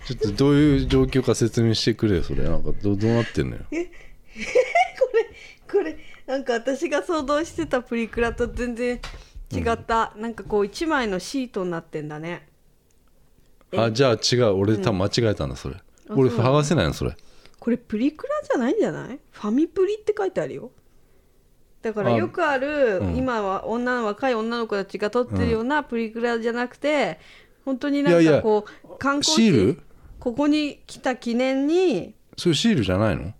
S1: ちょっとどういう状況か説明してくれよそれなんかどうどうなってんのよ
S2: これなんか私が想像してたプリクラと全然違った、なんかこう一枚のシートになってんだね
S1: あじゃあ違う俺多分間違えたんだそれ、俺
S2: そうな
S1: 剥がせないのそれ
S2: これプリクラじゃないんじゃないファミプリって書いてあるよだから
S1: あ
S2: よくある
S1: うん
S2: 今は女の若い女の子たちが撮ってるようなプリクラじゃなくて本当にないん
S1: やい
S2: か
S1: や
S2: こう観光地
S1: シール
S2: ここに来た記念に
S1: それシールじゃないの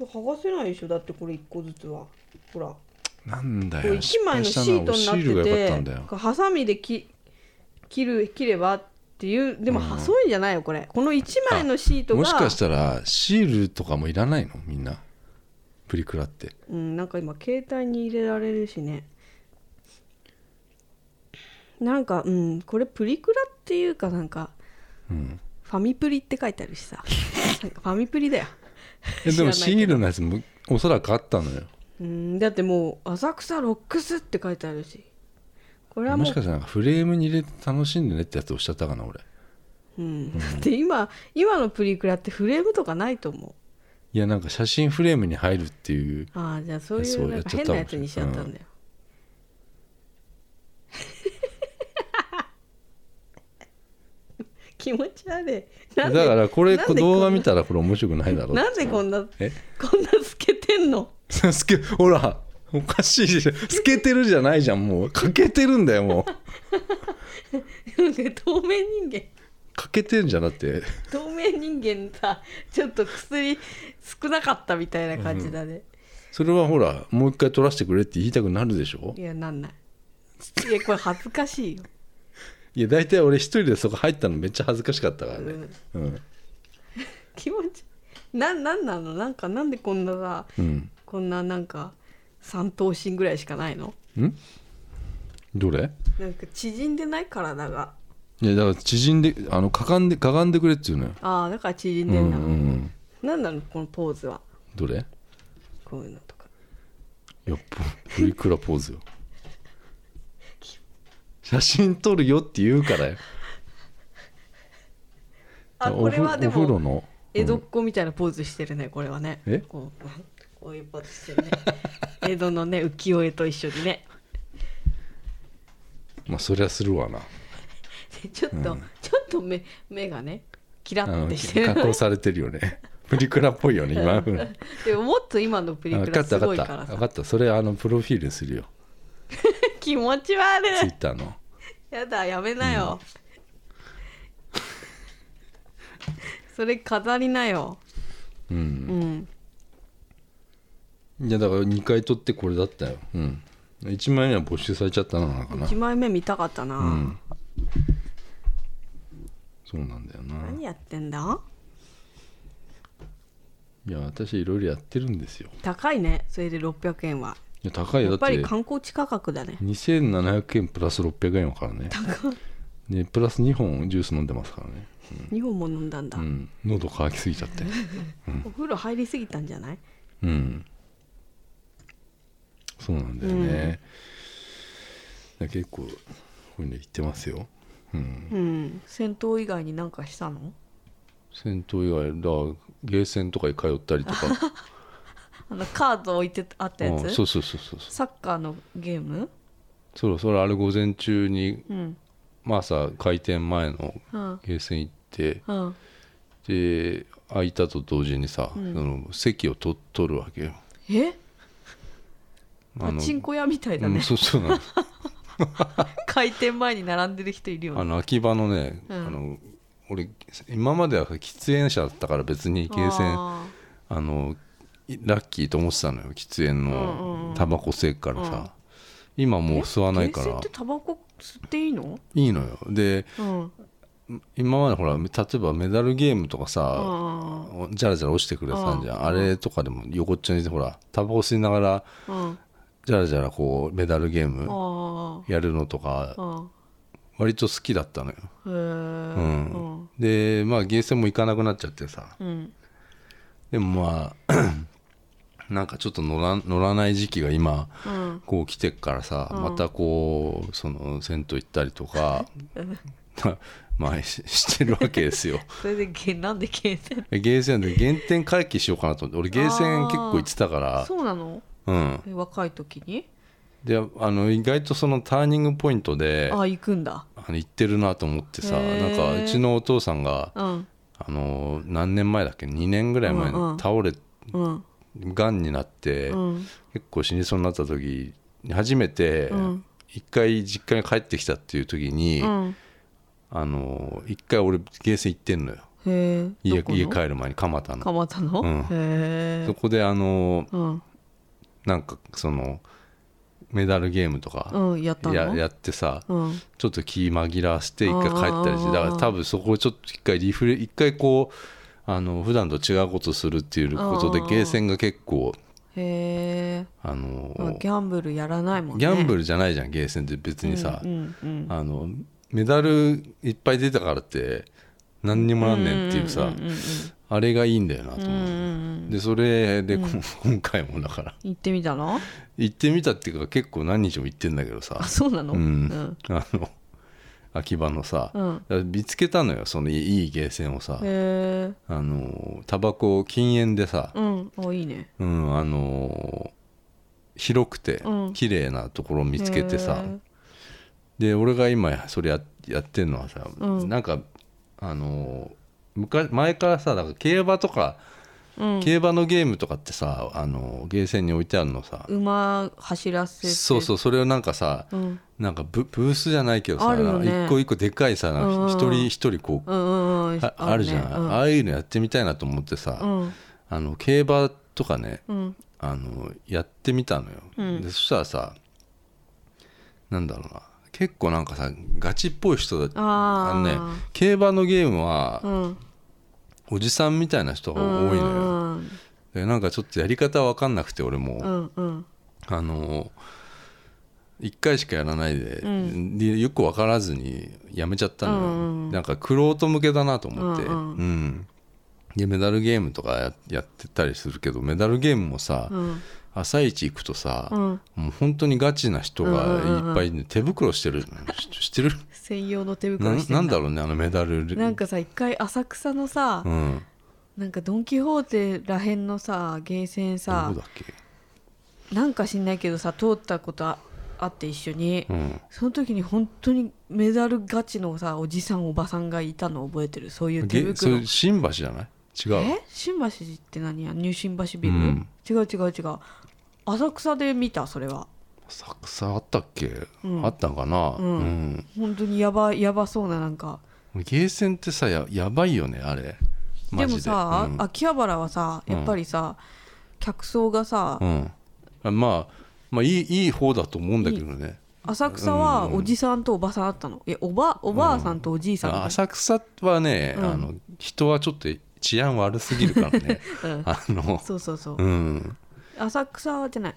S2: 剥がせないでしょだってこれ1個ずつはほらこ
S1: なんだ
S2: れ
S1: よ
S2: 1枚のシ
S1: 失敗
S2: ート
S1: し
S2: に
S1: たな俺シール
S2: なっ
S1: が良かった
S2: て
S1: ん
S2: て
S1: だよ
S2: これハサミでき切る切ればっていうでもはそういうんじゃないよこれこの1枚のシートが
S1: もしかしたらシールとかもいらないのみんなプリクラって
S2: うん、なんか今携帯に入れられるしねなんかうんこれプリクラっていうかなんか、ファミプリって書いてある
S1: (laughs)
S2: しさなんかファミプリだよ
S1: えでも
S2: 知らないけど
S1: シールのやつもおそらくあったのよ
S2: うんだってもう「浅草ロックス」って書いてあるしこれは
S1: も
S2: も
S1: し
S2: う
S1: かしたらなんかフレームに入れて楽しんでねってやつおっしゃったかな俺
S2: うん、 (laughs) だって今今のプリクラってフレームとかないと思う
S1: いやなんか写真フレームに入るっていう
S2: ああじゃあそうい
S1: そうう
S2: な
S1: や
S2: ん
S1: っ
S2: か
S1: ちゃ
S2: 変
S1: ったも
S2: な
S1: ん
S2: やつにしちゃったんだよ、 (laughs) 気持ち悪いな
S1: だ
S2: んで
S1: からこれ
S2: なん
S1: こ
S2: で
S1: 動画
S2: こんな
S1: 見たらこれ面白くないだろう
S2: なんでこんな
S1: え
S2: こんな透けてんの (laughs)
S1: 透けほらおかしいでしょ透けてるじゃないじゃんもう欠けてるんだよもう
S2: なんか透明人間
S1: 欠けてんじゃなくて
S2: 透明人間さちょっと薬少なかったみたいな感じだね、
S1: それはほらもう一回取らせてくれって言いたくなるでしょ
S2: いやなんないいやこれ恥ずかしいよ
S1: いや大体俺一人でそこ入ったのめっちゃ恥ずかしかったからねうん、
S2: 気持ちなんなんなのなんかなんでこんなさ
S1: うん
S2: こんななんか三頭身ぐらいしかないの
S1: んどれ
S2: なんか縮んでない体が
S1: いやだから縮んであのかかんでかがんでくれっていうのよ、
S2: ああだから縮ん
S1: うん
S2: で
S1: うんん
S2: だ、
S1: うん、
S2: なんなのこのポーズは
S1: どれい
S2: こういうのとか
S1: やポプリクラポーズよ写真撮るよって言うからよ
S2: あ
S1: お
S2: これは
S1: ふ
S2: で
S1: お風呂
S2: も
S1: の
S2: 江戸っ子みたいなポーズしてるねこれはね
S1: え
S2: こうこういうポーズして
S1: (laughs)
S2: るね江戸のね浮世絵と一緒にね
S1: まあそりゃするわな
S2: でちょっと、ちょっと目目がねキラ
S1: あ
S2: ッ
S1: の
S2: てしてる
S1: 加工されてるよねプリクラっぽいよね
S2: (laughs)
S1: 今のあ
S2: でももっと今のプリク
S1: 分か
S2: ラ
S1: った
S2: すご
S1: 分
S2: い
S1: か
S2: か
S1: った
S2: ら
S1: 分
S2: さ
S1: かったそれあのプロフィールするよ
S2: (laughs) 気持ち悪
S1: ツイ
S2: い
S1: ッターの
S2: やだやめなよ、 (laughs) それ飾りなよ
S1: う
S2: うんん
S1: いやだから2回撮ってこれだったようん1枚目は没収されちゃったななんかな
S2: 1枚目見たかったな、
S1: うんそうなんだよな
S2: 何やってんだ
S1: いや私いろいろやってるんですよ
S2: 高いねそれで600円はい
S1: や高いよ
S2: やっ
S1: だ
S2: ぱ
S1: って
S2: り観光地価格だね
S1: 2700円プラス600円だからねでプラス2本ジュース飲んでますからね、
S2: 2本も飲んだんだ、
S1: うん、喉乾きすぎちゃって
S2: お風呂入りすぎたんじゃない
S1: うんそうなんだよね、だから結構こういうの行ってますようん
S2: うん戦闘以外になんかしたの
S1: 銭湯以外だからゲーセンとかに通ったりとか
S2: あのカード置いてあったや
S1: うん
S2: つ
S1: そうそうそうそう
S2: サッカーのゲーム
S1: そろそろあれ午前中に、
S2: うん
S1: まあ、朝開店前の
S2: うん
S1: ゲーセン行って
S2: うん
S1: で空いたと同時にさ、
S2: ん
S1: その席を取取るわけよ
S2: え
S1: あ
S2: パ
S1: の
S2: チンコ屋みたいだ
S1: う
S2: ね
S1: ん、そうそうなの
S2: (laughs) 開店前に並んでる人いるよ
S1: あ
S2: ね
S1: の秋葉のね、
S2: うん
S1: あの俺今までは喫煙者だったから別にゲーセンあ
S2: あ
S1: のいラッキーと思ってたのよ喫煙
S2: うんうんう
S1: の
S2: ん
S1: タバコ吸えっからさ、今もう吸わ
S2: ー
S1: ないか
S2: ゲーセン
S1: ら
S2: ってタバコ吸っていいの
S1: いいのよで
S2: うん
S1: 今までほら例えばメダルゲームとかさ、
S2: あ
S1: じゃらじゃら落ちてくるやつあんじゃん、
S2: うん
S1: あれとかでも横っちょにほらタバコ吸いながら
S2: あうん
S1: じゃらじゃらこうメダルゲー
S2: あ
S1: ム
S2: ー
S1: やるのとか
S2: あ
S1: 割と好きだったのよ、
S2: ーへえ
S1: う
S2: うん
S1: でまあゲーセンも行かなくなっちゃってさ
S2: うん
S1: でもまあ (clears throat) なんかちょっと乗ら乗らない時期が今
S2: うん
S1: こう来てっからさ、
S2: うん
S1: またこうその銭湯行ったりとか (laughs) まあししてるわけですよ
S2: (laughs) それでゲなんでゲーセン
S1: ゲーセンで原点回帰しようかなと思って俺ゲーセン結構行ってたから
S2: そうなの
S1: うん
S2: え若い時に
S1: であの意外とそのターニングポイントで
S2: あ
S1: あ
S2: あ行くんだ
S1: の行ってるなと思ってさ
S2: へ
S1: なん
S2: ー
S1: かうちのお父さんが
S2: うん
S1: あの何年前だっけ2年ぐらい前に
S2: うんうん
S1: 倒れ
S2: うん
S1: がんになって、
S2: うん
S1: 結構死にそうになった時に初めて
S2: うん
S1: 一回実家に帰ってきたっていう時に、
S2: うん
S1: あの一回俺ゲーセン行ってんのよ
S2: へえ
S1: 家
S2: どこの
S1: 家帰る前に蒲田の
S2: 蒲田の、
S1: うん
S2: へえ
S1: そこであの
S2: うん
S1: なんかそのメダルゲームとか
S2: うんやったの
S1: ややってさ
S2: うん
S1: ちょっと気紛らわして一回帰ったりし
S2: あ
S1: て
S2: ー
S1: だから多分そこをちょっと一回リフレ一回こうあの普段と違うことするっていうことで
S2: あー
S1: ゲーセンが結構
S2: へえ
S1: あの
S2: まあギャンブルやらないもん
S1: ギ
S2: ね
S1: ャンブ
S2: ル
S1: ルじゃないじゃんゲーセンって別にさ
S2: うんうんうん
S1: あのメダルいっぱい出たからって何にもなんねんっていうさ
S2: んんんうん
S1: あれがいいんだよなと
S2: うんうん
S1: 思う
S2: うんうん
S1: でそれでこ今回もだから
S2: 行ってみたの
S1: 行ってみたっていうか結構何日も行ってんだけどさ
S2: あそうなの
S1: う
S2: うん
S1: ん、あの秋葉のさ、
S2: うん
S1: だから見つけたのよそのいいいいゲーセンをさ
S2: へえ
S1: あのタバコを禁煙でさ、
S2: うんおいいね
S1: うんあの広くて
S2: うん
S1: 綺麗なところを見つけてさ、
S2: へえ
S1: で俺が今それややってんのはさ、
S2: うん
S1: なんかあの昔前からさなんか競馬とか
S2: うん
S1: 競馬のゲームとかってさあのゲーセンに置いてあるのさ
S2: 馬走らせて
S1: そうそうそれをなんかさ
S2: う、ん、
S1: なんかブブースじゃないけど
S2: あ
S1: さ、
S2: るよね
S1: 一個一個でっかいさなん
S2: うんうん
S1: か一人一人こう、
S2: うんうんうん
S1: ああるじゃない、あ
S2: な
S1: あいうのやってみたいなと思ってさ、
S2: うんうん
S1: あの競馬とかね
S2: うん
S1: あのやってみたのよ、
S2: うん
S1: でそしたらさなんだろうな結構なんかさガチっぽい人だ
S2: あー
S1: のね競馬のゲームは
S2: うん
S1: おじさんみたいな人が多いのよ、でなんかちょっとやり方わかんなくて俺も、
S2: うんうん
S1: あの1回しかやらないで,、
S2: うん
S1: でよく分からずにやめちゃったのよ、
S2: うんうんうん
S1: なんか玄人向けだなと思って、
S2: う
S1: うんん
S2: うん
S1: でメダルゲームとかややってたりするけどメダルゲームもさ、
S2: うん
S1: 朝一行くとさ、
S2: うん
S1: もう本当にガチな人がいっぱいいる手袋してるししてる
S2: 専用の手
S1: な
S2: 袋して
S1: なんだろうねあのメダル
S2: なんかさ一回浅草のさ、
S1: うん、
S2: なんかドン・キホーテらへんのさゲーセン
S1: ど
S2: さ
S1: こだっけ、
S2: なんか知んないけどさ通ったことああって一緒に、
S1: うん、
S2: その時に本当にメダルガチのさおじさんおばさんがいたの覚えてるそういう手
S1: げそ
S2: 袋
S1: れ新橋じゃない違う
S2: え新橋って何や入信橋ビル、
S1: うん
S2: 違う違う違う浅草で見たそれは
S1: 浅草あったっけ、
S2: うん
S1: あったんかな、
S2: うん
S1: うん、
S2: 本当にやばやばそうななんか
S1: ゲーセンってさややばいよねあれ
S2: で
S1: マジ
S2: も
S1: で
S2: さ、
S1: うん
S2: 秋葉原はさやっぱりさ、客層がさ、
S1: うんあまあまあいいいい方だと思うんだけどね
S2: 浅草はおじさんとおばさんあったの、いやおばおばあさんとおじいさん、
S1: あ浅草はね、
S2: うん
S1: あの人はちょっと治安悪すぎるから
S2: (laughs)
S1: ね
S2: うん
S1: あの
S2: そうそうそう、
S1: うん
S2: 浅草じゃない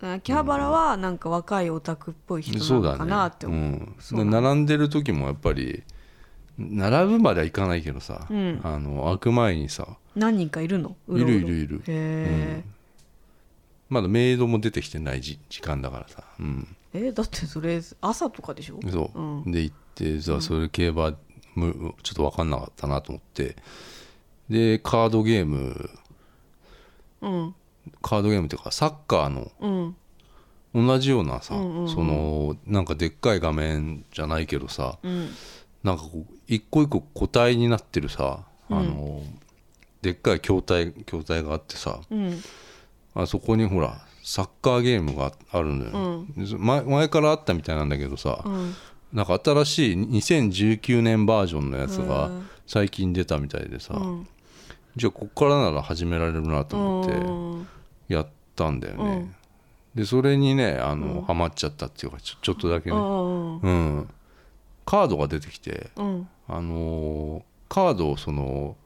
S2: 秋葉原はなんか若いオタクっぽい人
S1: そうだ
S2: なの
S1: ね
S2: かなって思う
S1: うん
S2: そ
S1: で
S2: う
S1: 並んでる時もやっぱり並ぶまではいかないけどさ、
S2: うん
S1: あの開く前にさ
S2: 何人かいるの
S1: いるいるいる
S2: へえ、
S1: まだメイドも出てきてないじ時間だからさ、うん、
S2: えだってそれ朝とかでしょ
S1: そう、
S2: う
S1: で行ってじゃあそれ競馬むちょっと分かんなかったなと思ってでカードゲーム
S2: うん
S1: カードゲームっていうかサッカーの
S2: うん
S1: 同じようなさ、
S2: うんうんうん
S1: そのなんかでっかい画面じゃないけどさ
S2: うん
S1: なんかこう一個一個個体になってるさ、あのでっかい筐体筐体があってさ
S2: うん
S1: あそこにほらサッカーゲームがあるんだよ、ねで前前からあったみたいなんだけどさ、
S2: うん
S1: なんか新しい2019年バージョンのやつ
S2: う
S1: が
S2: ん
S1: 最近出たみたいでさ、
S2: うん
S1: じゃあこっからなら始められるなと思っ
S2: うん
S1: てやったんだよね、
S2: うん
S1: でそれにねあの、ハマっちゃったっていうかちょちょっとだけ
S2: う
S1: ね、
S2: ん
S1: うん、カードが出てきて、
S2: うん
S1: あのーカードをその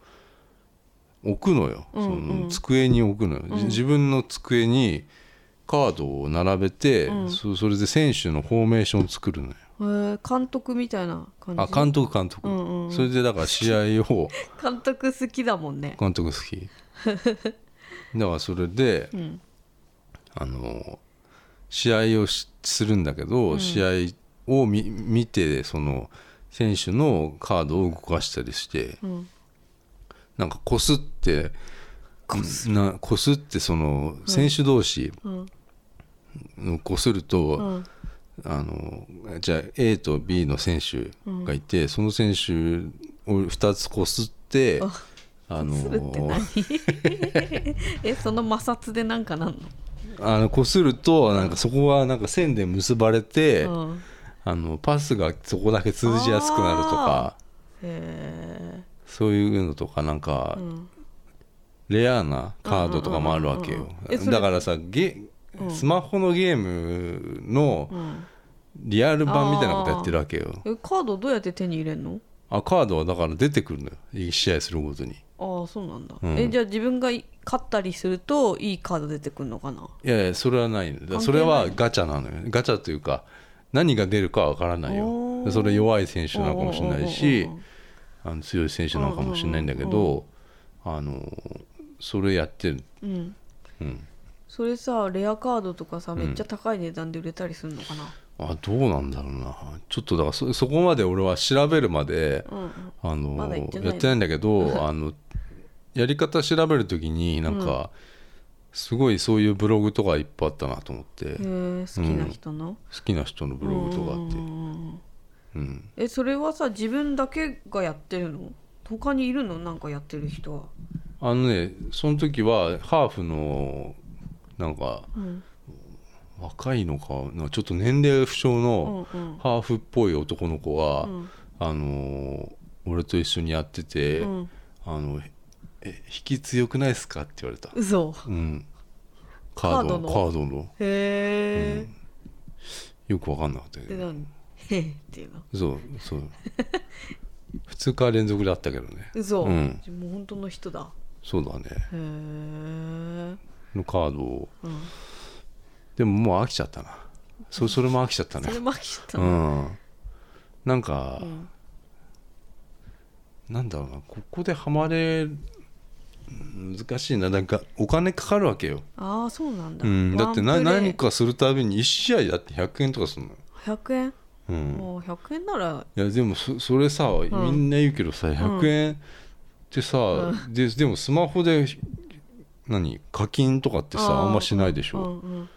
S1: 置くのよ、
S2: うんうん
S1: その机に置くのよ、じ自分の机にカードを並べて、
S2: うん
S1: そそれで選手のフォーメーションを作るのよ
S2: へえ監督みたいな感じ
S1: あ監督監督、
S2: うんうんうん
S1: それでだから試合を (laughs)
S2: 監督好きだもんね
S1: 監督好きだからそれで
S2: うん
S1: あの試合をしするんだけど、試合を見見てその選手のカードを動かしたりして
S2: うん
S1: なんかこすってなこすってその選手同士
S2: うん
S1: こすると、
S2: うん
S1: あのじゃあ A と B の選手がいて、その選手を2つこすって
S2: あ
S1: あの
S2: するって何 (laughs) えその摩擦でなんかなん
S1: あのこするとなんかそこはなんか線で結ばれて、
S2: の、うん、
S1: あのパスがそこだけ通じやすくなるとか
S2: へ
S1: そういうのとかなんか
S2: え、うん、
S1: レアなカードとかもあるわけ
S2: うんう
S1: よ
S2: んうんうんえそれ
S1: だからさゲスマホのゲームの
S2: うん、
S1: リアル版みたいなことやってるわけよ
S2: えカードどうやって手に入れんの
S1: あカードはだから出てくるのよ一試合するごとに
S2: ああそうなんだ、
S1: うん
S2: えじゃあ自分がい勝ったりするといいカード出てくるのかない
S1: やいやそれはないのだから
S2: 関係
S1: それ
S2: な
S1: はいガチャなのよ何ガチャというか何が出るかは分からない
S2: おー
S1: よそれ弱い選手なのかもしれないし
S2: うんうんうん
S1: あの強い選手なのかもしれないんだけ
S2: うんうん
S1: どあのそれやってる
S2: うんうんうん
S1: うん
S2: それさレアカードとかさめっちゃ高い値段で売れたりするのかな、
S1: あどうなんだろうなちょっとだからそそこまで俺は調べるまで
S2: うん
S1: あの、
S2: まだ行ってないの
S1: やってないんだけ
S2: (laughs)
S1: どあのやり方調べるときになんか、すごいそういうブログとかいっぱいあったなと思って、好
S2: うん、へえ好きな人の、
S1: きな人のブログとかあって、
S2: う
S1: うんん
S2: うんうんうんえそれはさ自分だけがやってるの他にいるのなんかやってる人は
S1: あのねその時はハーフのなんか
S2: うん
S1: 若いのかなんかちょっと年齢不詳
S2: う
S1: の
S2: んうん
S1: ハーフっぽい男の子が、
S2: うん
S1: あの俺と一緒にやってて、
S2: うん
S1: あのえ引き強くないですかって言われた、
S2: 嘘
S1: うん、カード
S2: カードの
S1: カードの
S2: へ
S1: よく分かんなかった
S2: え
S1: け
S2: で
S1: ど
S2: 何へえっていうの
S1: そうそう
S2: (laughs)
S1: 2日連続だったけどね
S2: 嘘
S1: うん
S2: じゃあもう本当の人だ
S1: そうだね
S2: へえうん
S1: のカードをでももう飽きちゃったなそそれも飽きちゃった
S2: それ
S1: ね
S2: マキた
S1: う
S2: の
S1: んなんか、
S2: うん
S1: なんだろうなここでハマれ難しいななんかお金かかるわけよ、
S2: ああそうなんだ
S1: うん、だってな
S2: ワンプレイ
S1: 何かするたびに1試合だって100円とかするのよ、
S2: 100円
S1: うん、
S2: もう100円なら
S1: いやでもそそれさ、みんな言うけどさ100円ってさ、ででもスマホで何課金とかってさ
S2: あー
S1: あんましないでし
S2: う
S1: ょ、
S2: んうん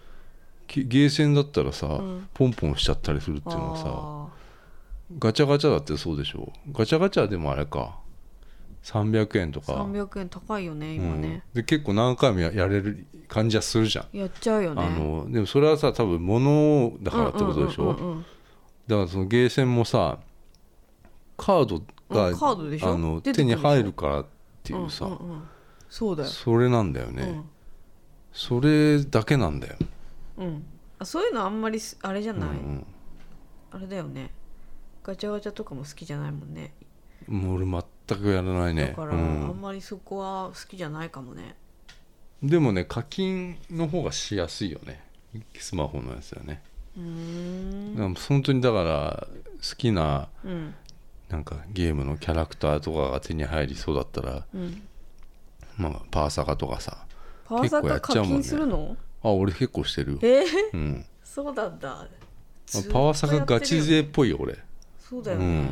S1: きゲーセンだったらさ、
S2: ん
S1: ポンポンしちゃったりするっていうのはさ
S2: あ
S1: ガチャガチャだってそうでしょガチャガチャでもあれか300円と
S2: あ
S1: か、
S2: 300円高いよね
S1: う
S2: 今
S1: ん
S2: ね、
S1: で結構何回もややれる感じはするじゃん、
S2: やっちゃうよね
S1: あのでもそれはさ多分物だからってことでしょ、
S2: うんうんうんうん
S1: だからそのゲーセンもさカードが、
S2: うんカードでしょ
S1: あの
S2: 出て
S1: 手
S2: くるで
S1: に
S2: しょ
S1: 入るからっていうさ、
S2: うんうんうんそうだよ
S1: それなんだよね、それだけなんだよ、
S2: うんうんあそういうのあんまりすあれじゃ
S1: うん
S2: ないあれだよねガチャガチャとかも好きじゃないもんね
S1: うん、もう俺全くやらない
S2: だ
S1: ね、
S2: から
S1: う
S2: あん
S1: ん、
S2: まりそこは好きじゃないかもね
S1: でもね課金の方がしやすいよねスマホのやつだね、
S2: うーん
S1: なんか本当にだから好きな
S2: うん
S1: なんかゲームのキャラクターとかが手に入りそうだったら、
S2: うん
S1: まあ、パーサカとかさ
S2: パワーサーカー課金するの、
S1: あ俺結構してるよ、
S2: えー、
S1: うん、
S2: そうなんだずっと
S1: パワーサカガチ
S2: やってるよ
S1: 勢っぽいよ俺
S2: そうだよね、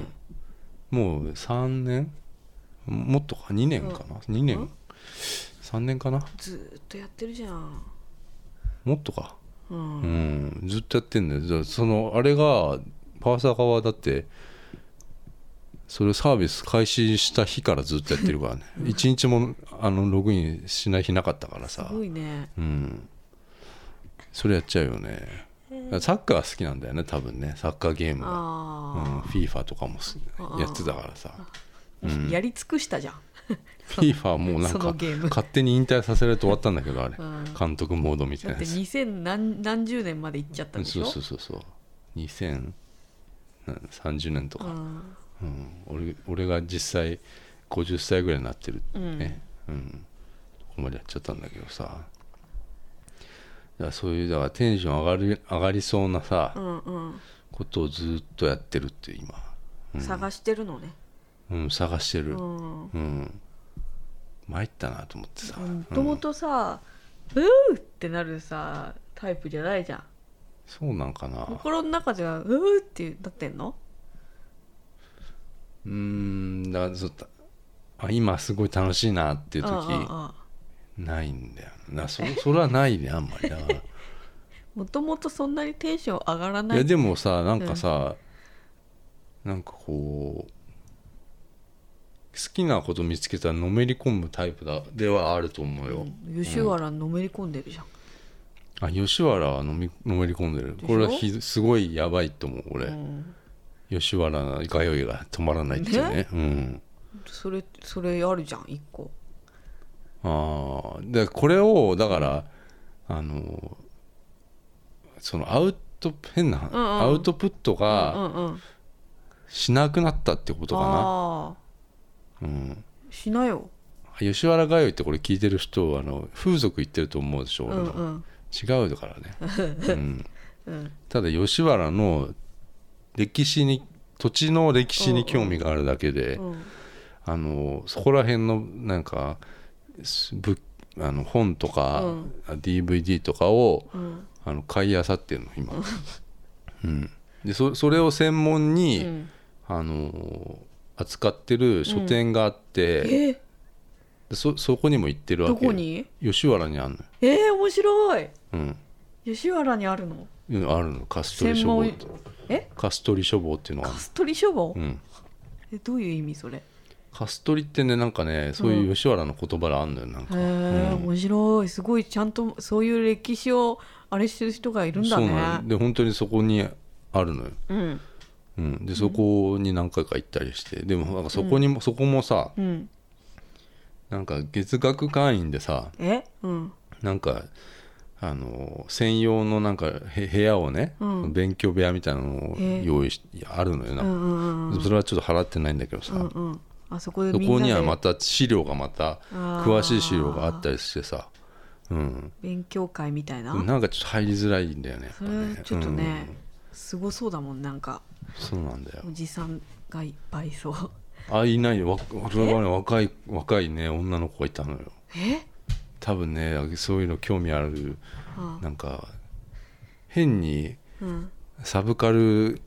S1: もう3年もっとか2年かな、2
S2: うん
S1: 年3年かな
S2: ずーっとやってるじゃん
S1: もっとか
S2: う、
S1: うんん、ずっとやってんだよだからそのあれがパワーサーカーはだってそれサービス開始した日からずっとやってるからね1日もあのログインしない日なかったから
S2: す
S1: さ
S2: ごいね
S1: うんそれやっちゃうよねだからサッカー好きなんだよね多分ねサッカーゲームが、うん、
S2: あ
S1: FIFA とかもす
S2: あー
S1: やってたからさ
S2: あ、やり尽くしたじゃん
S1: FIFA もうなん
S2: その
S1: か
S2: ゲーム
S1: 勝手に引退させられて終わったんだけどあれ、
S2: うん
S1: 監督モードみたい
S2: だっ
S1: な
S2: て
S1: やつ
S2: 2000何何十年まで行っちゃったんでし
S1: そう
S2: ょ
S1: そうそうそう2030年とか、
S2: ん
S1: うん俺俺が実際50歳ぐらいになってるってね、うんここまでやっちゃったんだけどさだからそういうだからテンション上がる上がりそうなさ、
S2: うんうん
S1: ことをずっとやってるっていう今、
S2: 探してるのね
S1: うん、探してる、う
S2: う
S1: ん
S2: ん
S1: 参ったなと思ってさ、
S2: も
S1: う
S2: と
S1: ん
S2: もとさ「うー!」ってなるさタイプじゃないじゃん
S1: そうなんかな
S2: 心の中では「うー!」ってなってんの
S1: うーんだからずっとあ今すごい楽しいなっていう時ないんだよなそそれはないねあんまりだから
S2: もともとそんなにテンション上がらないい
S1: やでもさなんかさ、なんかこう好きなこと見つけたらのめり込むタイプだではあると思うよ、
S2: うん吉原のめり込んでるじゃん、
S1: あ吉原はのみのめり込んでる
S2: しょ
S1: これはひすごいやばいと思う俺、
S2: うん
S1: 吉原が酔いが止まらないっていうねうん
S2: それそれあるじゃん一個
S1: ああでこれをだからあのそのアウト変な、
S2: うんうん
S1: アウトプット
S2: う
S1: が
S2: んうん
S1: しなくなったってことか
S2: あ
S1: な、うん、
S2: あしなよ
S1: 吉原通いってこれ聞いてる人あの風俗行ってると思うでしょ、
S2: う
S1: 俺の
S2: んうん
S1: 違うだからね、
S2: (laughs)
S1: うん、
S2: うん
S1: ただ吉原の歴史に土地の歴史に興味があるだけで、
S2: うん
S1: あのそこら辺のなんかすぶあの本とか、
S2: う
S1: DVD とかを
S2: うん
S1: あの買いあさってるの今、うん、でそそれを専門
S2: う
S1: に、
S2: ん
S1: あのー扱ってる書店があって、
S2: え
S1: でそそこにも行ってるわ
S2: ど
S1: けよ
S2: こに
S1: 吉原にあるのよ
S2: えー、面白い
S1: うん
S2: 吉原にあるの
S1: うんあるのカストリ書房って
S2: え
S1: カストリ書房っていうのがあ
S2: カ
S1: る
S2: ストリ書房、
S1: の、うん、
S2: えどういう意味それ
S1: カストリってねなんかねそういう吉原の言葉があんのよなんか、
S2: へえ、面白いすごいちゃんとそういう歴史をあれしてる人がいるんだ
S1: そうな
S2: ね
S1: ので本当にそこにあるのよ、
S2: うん
S1: うん、でそこに何回か行ったりしてでもなんかそこにも、そこもさ
S2: うん
S1: なんか月額会員でさ
S2: えうん
S1: なんかあの専用のなんかへ部屋をね、
S2: うん
S1: 勉強部屋みたいなのを
S2: へえ
S1: 用意しあるのよな
S2: うんうんうん
S1: それはちょっと払ってないんだけどさ、
S2: うんうんあそこで
S1: そ
S2: みん
S1: こ
S2: な
S1: に
S2: で
S1: はまた資料がまた
S2: あー
S1: 詳しい資料があったりしてさ、うん、
S2: 勉強会みたいな
S1: なんかちょっと入りづらいんだよねやっ
S2: そ
S1: ぱ
S2: れ
S1: ね
S2: ちょっとね
S1: うん
S2: すごそうだもんなんか
S1: そうなんだよ
S2: おじさんがいっぱいいそう
S1: あいないよわ俺はね若い若いね女の子がいたのよ
S2: え
S1: 多分ねそういうの興味ある
S2: あ
S1: なんか変に
S2: うん
S1: サブカル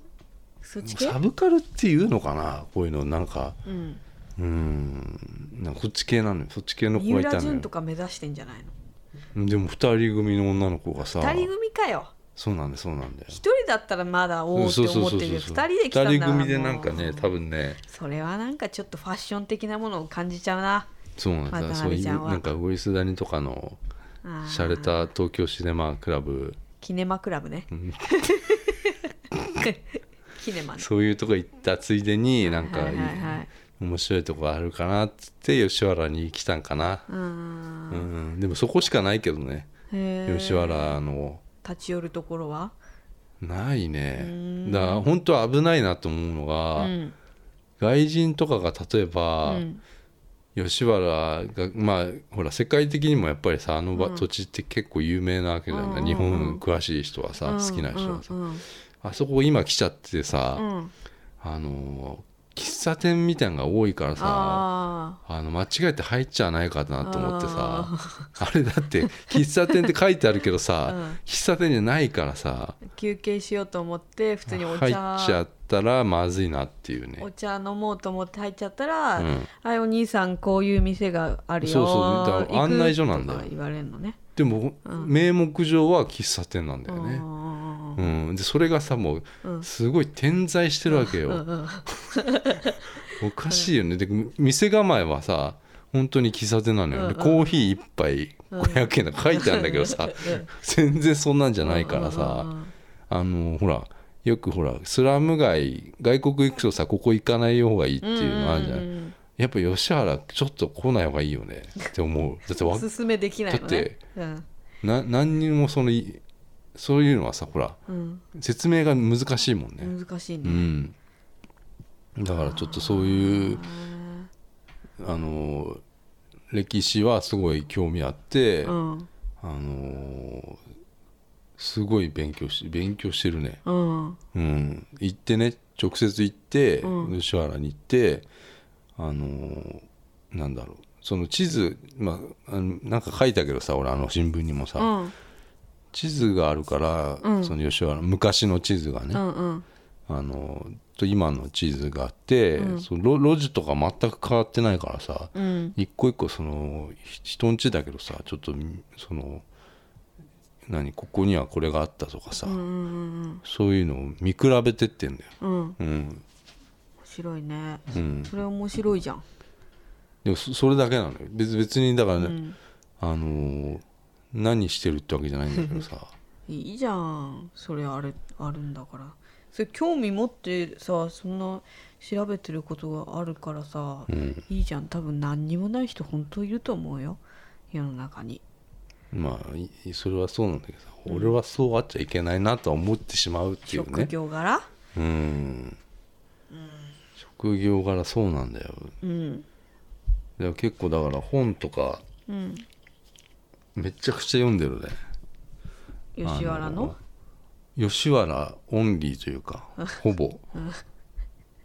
S2: そっち系
S1: サブカルっていうのかなこういうのなんか
S2: うん
S1: うんなんかこっち系なのよそっち系の子
S2: 三
S1: がいた
S2: 浦
S1: のよ
S2: 淳とか目指してんじゃないの
S1: でも二人組の女の子がさ
S2: 二人組かよ
S1: そうなんだよそうなんだよ
S2: 一人だったらまだおおって思ってるけど二人で来たんだ
S1: 二人組でなんか
S2: も
S1: ね
S2: う
S1: 多分ね
S2: それはなんかちょっとファッション的なものを感じちゃうな
S1: そうなんだよ
S2: 渡
S1: そう
S2: 辺
S1: いう
S2: ちゃんは
S1: なんかウグイスダニとかの
S2: あー
S1: 洒落た東京シネマクラブ
S2: キネマクラブね
S1: ん
S2: (laughs) キネマね
S1: そういうとこ行ったついでになんか
S2: はいはいはい
S1: 面白いとこあるかなっつって吉原に来たんかな、
S2: うーん
S1: うん、でもそこしかないけどね
S2: へー
S1: 吉原の
S2: 立ち寄るところは
S1: ないね
S2: うん
S1: だから本当は危ないなと思うのが、
S2: うん
S1: 外人とかが例え
S2: う
S1: ば、
S2: ん
S1: 吉原がまあほら世界的にもやっぱりさあの場、
S2: うん
S1: 土地って結構有名なわけじゃ
S2: うんうん
S1: な
S2: う
S1: い
S2: ん
S1: 日本詳しい人はさ、
S2: うん
S1: 好きな人はさ、
S2: うんうん
S1: あそこ今来ちゃってさ、
S2: うん
S1: あの喫茶店みたいなのが多いからさ
S2: あ
S1: あの間違えて入っちゃわないかなと思ってさ
S2: あ
S1: あれだって喫茶店って書いてあるけどさ、
S2: (laughs) うん
S1: 喫茶店じゃないからさ
S2: ー休憩しようと思って普通にお
S1: 入っち
S2: 茶
S1: ゃったらまずいなっていうね
S2: お茶飲もうと思って入っちゃったら、
S1: うん
S2: はいお兄さんこういう店があるよ
S1: そうそうだから
S2: 行く
S1: 案内所なんだよ
S2: とか言われるのね
S1: でも、
S2: うん
S1: 名目上は喫茶店なんだよ
S2: う
S1: ね、
S2: んうんうん
S1: うんでそれがさも
S2: う
S1: うんすごい点在してるわけよ、
S2: うんうん
S1: (laughs) おかしいよねで店構えはさ本当に喫茶店なのよ、で
S2: うんうん
S1: コーヒー一杯500円なんか書いてあるんだけどさ、全然そんなんじゃないからさ、
S2: うんうんうん
S1: あのほらよくほらスラム街外国行くとさここ行かない方がいいっていうのあるじゃん,、
S2: うんうん
S1: やっぱ吉原ちょっと来ない方がいいよねって思うだって
S2: うんお
S1: わ
S2: すすめできないの
S1: だっ
S2: ね
S1: て
S2: うん
S1: な何にもそのいそういうのはさほら
S2: うん
S1: 説明が難しいもんね、
S2: 難しいね、
S1: うん、だからちょっとそういうあの歴史はすごい興味あって、
S2: うん
S1: あのすごい勉強し勉強してるね、
S2: うん
S1: うん、行ってね直接行って、
S2: うん
S1: 吉原に行ってあのなんだろうその地図、まあ、あのなんか書いたけどさ俺あの新聞にもさ、
S2: うん
S1: 地図があるから、
S2: うん
S1: その吉原昔の地図がね、
S2: うんうん
S1: あのと今の地図があって、
S2: うん
S1: その路路地とか全く変わってないからさ
S2: うん
S1: 一個一個そのひ人ん家だけどさちょっとみその何ここにはこれがあったとかさ、
S2: うんうん
S1: そういうのを見比べてってんだよ、
S2: うんうん
S1: うん
S2: 面白いね
S1: うん、
S2: それ面白いじゃん、
S1: でもそそれだけなのよ別別にだから
S2: う
S1: ね、
S2: ん、
S1: あのー何してるってわけじゃないんだけどさ
S2: いいじゃんそれあれあるんだからそれ興味持ってさそんな調べてることがあるからさ、
S1: うん
S2: いいじゃん多分何にもない人本当いると思うよ世の中に
S1: まあいそれはそうなんだけどさ俺はそうあっちゃいけないなとは思ってしまうっていうね
S2: 職業柄
S1: うん職業柄そうなんだよ
S2: うん
S1: だから結構だから本とか
S2: うん
S1: めちゃくちゃ読んでるね
S2: 吉原の
S1: 吉原オンリーという
S2: (laughs)
S1: かほぼ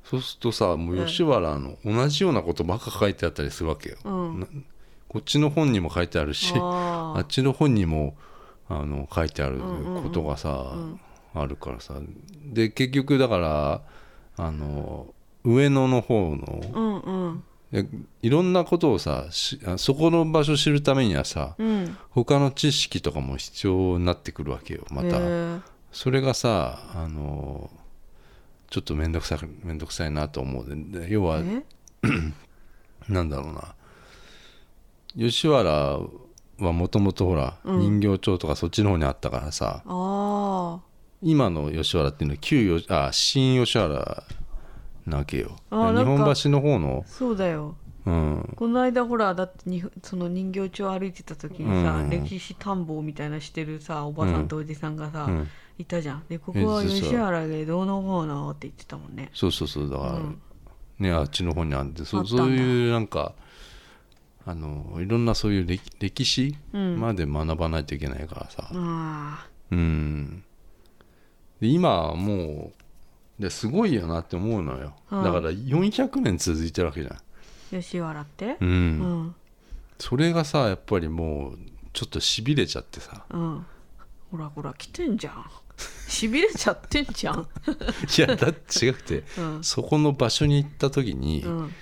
S1: そうするとさもう吉原の同じようなことばっか書いてあったりするわけよ、
S2: うん
S1: なこっちの本にも書いてあるし
S2: あ
S1: あっちの本にもあの書いてあることがさ、あるからさで結局だからあの上野の方の
S2: ーうんうん
S1: でいろんなことをさしあそこの場所を知るためにはさ
S2: うん
S1: 他の知識とかも必要になってくるわけよま
S2: へ
S1: た、
S2: ー
S1: それがさあのちょっと面倒くさく面倒くさいなと思うでで要は
S2: え
S1: なんだろうな吉原はもともとほら、人形町とかそっちの方にあったからさ
S2: あ
S1: 今の吉原っていうのは旧吉あ新吉原なわけよ日
S2: あーなんか
S1: 本橋の方の
S2: あそうだよ
S1: うん
S2: この間ほらだってにその人形町歩いてた時にさ、
S1: うん
S2: 歴史探訪みたいなしてるさおばさんとおじさんがさ、
S1: うん
S2: いたじゃんでここは
S1: えそうそう
S2: 吉原でどうのこうのって言ってたもんね
S1: そうそうそうだから、
S2: うん
S1: ねあっちの方にあって
S2: あ
S1: そ
S2: っ
S1: う
S2: たんだ
S1: そういうなんかあのいろんなそういう歴歴史
S2: うん
S1: まで学ばないといけないからさ、
S2: あ
S1: うん、で今はもうですごいよなって思うのよ、
S2: うん
S1: だから400年続いてるわけじゃん、
S2: あ吉原って
S1: うん
S2: うん
S1: それがさやっぱりもうちょっとしびれちゃってさ (laughs)
S2: うんほらほら来てんじゃんしびれちゃってんじゃん
S1: いやだって違くて
S2: うん
S1: そこの場所に行った時に、
S2: うん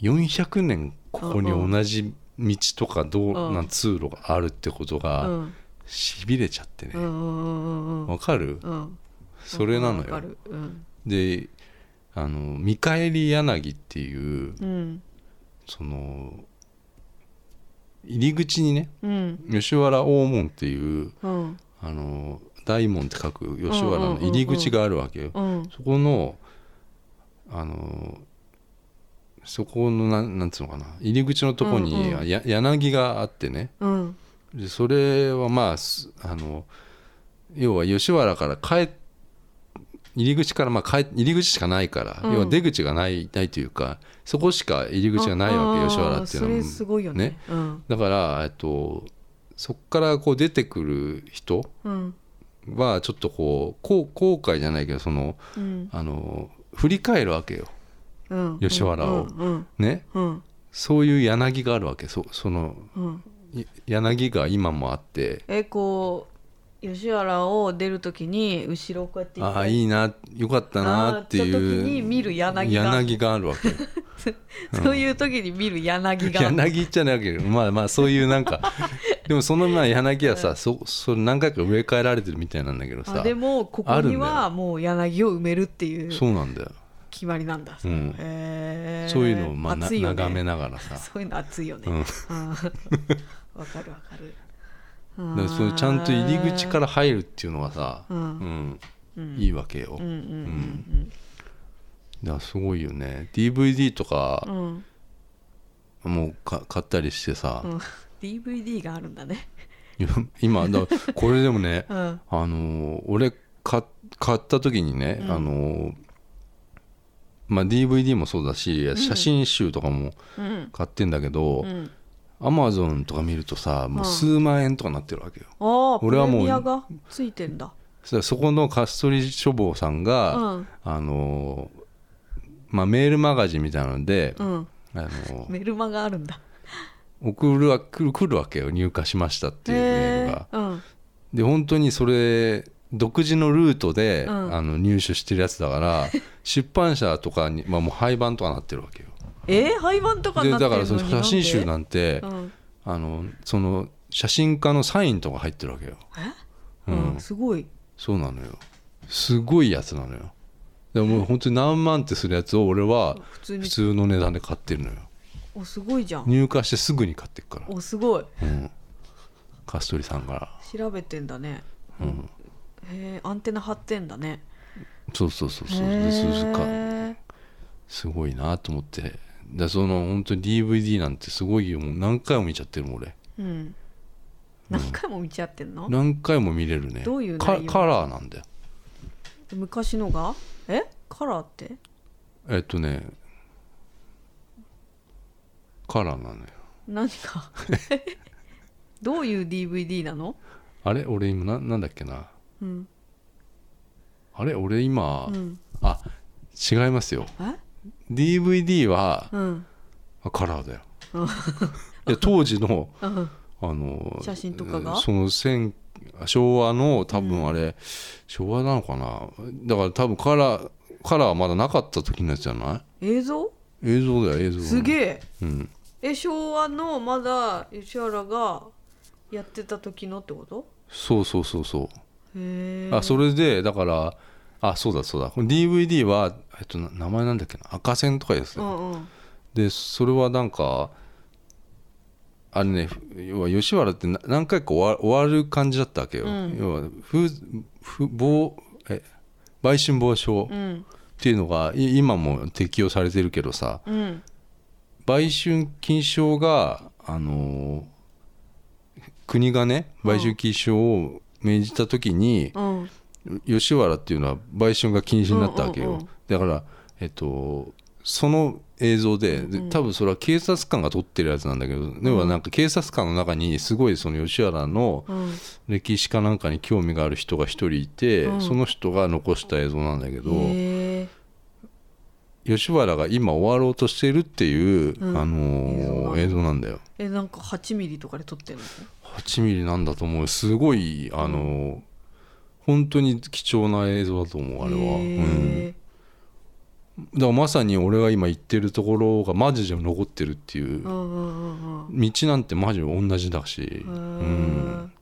S1: 400年ここに
S2: うんうん
S1: 同じ道とかどう、
S2: うん
S1: なん通路があるってこと
S2: う
S1: が
S2: ん
S1: しびれちゃってね
S2: うんうんうんうん
S1: わかる
S2: うん
S1: それなの
S2: わか
S1: よ
S2: るうん
S1: であの見返り柳っていう
S2: うん
S1: その入り口にね
S2: うん
S1: 吉原大門っていう
S2: うん
S1: あの大門って書く吉原
S2: うんうんうん
S1: の
S2: うん
S1: 入り口があるわけよ
S2: うん
S1: そこのあのそこのなんなんつうのかな入り口のとこに
S2: うんう
S1: や柳があってね
S2: うん
S1: でそれはまあすあの要は吉原から帰っ入り口からまあ帰入り口しかないから、
S2: うん
S1: 要は出口がないないというかそこしか入り口がないわ
S2: あ
S1: け吉原っていうの
S2: あー
S1: は
S2: それすごいよね
S1: ね
S2: うん
S1: だから、えっと、そこからこう出てくる人
S2: うん
S1: はちょっとこうこう後悔じゃないけどその
S2: うん
S1: あの振り返るわけよ、
S2: うん
S1: 吉原を
S2: うん
S1: ね、
S2: うん
S1: そういう柳があるわけそその
S2: うんうん
S1: い柳が今もあって
S2: えこう吉原を出るときに後ろをこうやって
S1: ああいいなよかったなってい
S2: あー行った時に見る
S1: う
S2: 柳が
S1: があるわけよ
S2: そういう時に見る柳
S1: 柳
S2: が
S1: じゃないわけどまあまあそういうなん
S2: (laughs)
S1: かでもそのまあ柳はさそそれ何回か植え替えられてるみたいなんだけど
S2: あ
S1: さ
S2: でもここ
S1: ある
S2: に
S1: んだ
S2: は
S1: よ
S2: もう柳を埋めるっていう
S1: そうなんだよ
S2: 決まりなんだ、
S1: うん
S2: へー
S1: そういうのをまあ、な
S2: 熱いよね
S1: 眺めながらさ
S2: そういうの熱いよね、
S1: うん
S2: うんわかるわかる
S1: (laughs) だからそれちゃんと入り口からら入るっていうのはさ、
S2: うん
S1: うんいいわけよ、
S2: うん
S1: だからすごいよね DVD と
S2: うんう
S1: か
S2: んうん
S1: もうか買ったりしてさ、
S2: うん DVD があるんだね
S1: 今だからこれでもね
S2: うん
S1: あのー俺買買った時にね、
S2: うん
S1: あのーまあ、DVD もそうだし写真集とかも
S2: うん
S1: 買ってんだけど、
S2: うん
S1: アマゾンとか見るとさもう数万円とかなってるわけよ、
S2: ああプ
S1: 俺は
S2: レ
S1: もう
S2: ミアがついてんだ
S1: そしたらそこのカストリ書房さんが、
S2: うん
S1: あのーまあ、メールマガジンみたいなので、
S2: うん
S1: あのー
S2: メルマがあるんだ
S1: 送るわ来る来るわけよ入荷しましたっていうメールが。
S2: へー
S1: で本当にそれ独自のルートで、
S2: うん
S1: あの入手してるやつだから
S2: (laughs)
S1: 出版社とかに、まあ、もう廃盤とかなってるわけよ。
S2: えー、廃盤とかに
S1: で
S2: なって
S1: だか
S2: るの
S1: らそ
S2: に
S1: の写真集
S2: ん
S1: なんて
S2: で、うん
S1: あのその写真家のサインとか入ってるわけよ。
S2: え、
S1: うん
S2: うん、すごい
S1: そうなのよ。すごいやつなのよ。でももう本当に何万ってするやつを俺は
S2: 普通に
S1: 普通の値段で買ってるのよ。
S2: おすごいじゃん
S1: 入荷してすぐに買ってくから。
S2: おすごい
S1: うん、カストリさんから。
S2: 調べてんだね、
S1: うん、
S2: へえアンテナ張ってんだね
S1: そうそうそうそう。
S2: へ
S1: で
S2: え
S1: そうそうかすごいなと思ってでその本当に DVD なんてすごいよもう何回も見ちゃってるもん俺
S2: うん何回も見ちゃってんの、
S1: 何回も見れるね
S2: どういう
S1: カ
S2: 内容
S1: カラーなんだよ
S2: 昔のがえカラーって
S1: えっとねカラーなのよ
S2: 何か (laughs) どういう DVD なの
S1: あれ俺今ななんだっけな
S2: うん
S1: あれ俺今、
S2: うん
S1: あ違いますよ
S2: え
S1: DVD は
S2: うん
S1: あカラーだよいや当時の
S2: うん
S1: あの
S2: 写真とかが
S1: その千昭和の多分あれ、昭和なのかなだから多分カラーカラーはまだなかった時のやつじゃない
S2: 映像
S1: 映像だよ映像
S2: すげえ
S1: うん
S2: え昭和のまだ吉原がやってた時のってこと
S1: そうそうそうそう、
S2: へえ
S1: あそれでだからあそうだそうだこの DVD は、えっと、な名前なんだっけな赤線とかです
S2: う
S1: ね、
S2: んうん
S1: でそれはなんかあれね要は吉原ってな何回か終わ終わる感じだったわけよ、
S2: うん
S1: 要は風風暴え売春防止法
S2: うん
S1: っていうのがい今も適用されてるけどさ
S2: うん
S1: 売春禁止法があのー国がね
S2: うん
S1: 売春禁止法を命じた時に、
S2: うん
S1: 吉原っていうのは売春が禁止になったわけよ、
S2: うんうんうん
S1: だからえっとその映像でで多分それは警察官が撮ってるやつなんだけど、でもなんか警察官の中にすごいその吉原の
S2: うん
S1: 歴史かなんかに興味がある人が一人いて、
S2: うん
S1: その人が残した映像なんだけど、
S2: へえ
S1: 吉原が今終わろうとしてるっていう、
S2: うん
S1: あのー
S2: 映
S1: 映像なんだよ
S2: えなんか8ミリとかで撮ってるの
S1: 8ミリなんだと思うすごいあのー本当に貴重な映像だと思うあれは、うん、
S2: へえ
S1: だからまさに俺が今言ってるところがマジで残ってるっていう
S2: う
S1: 道
S2: んうんうんうん
S1: なんてマジで同じだし、
S2: へ
S1: う
S2: え
S1: ん、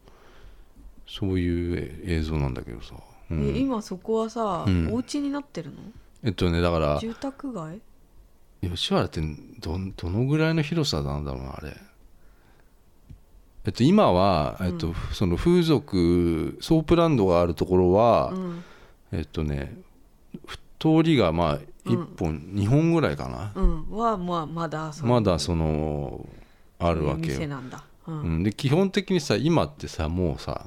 S1: そういう映像なんだけどさ、う
S2: え
S1: ん、
S2: 今そこはさ、
S1: うん
S2: お家になってるの
S1: えっとねだから
S2: 住宅街
S1: 吉原ってどんどのぐらいの広さなんだろうなあれえっと今は、えっとその風俗ソープランドがあるところは
S2: う、ん
S1: えっとね通りがまあ1本、2本ぐらいかな、
S2: うんはまあまだ
S1: まだそのあ
S2: あ
S1: るわけよ
S2: 店なんだうん
S1: うん、で基本的にさ今ってさもうさ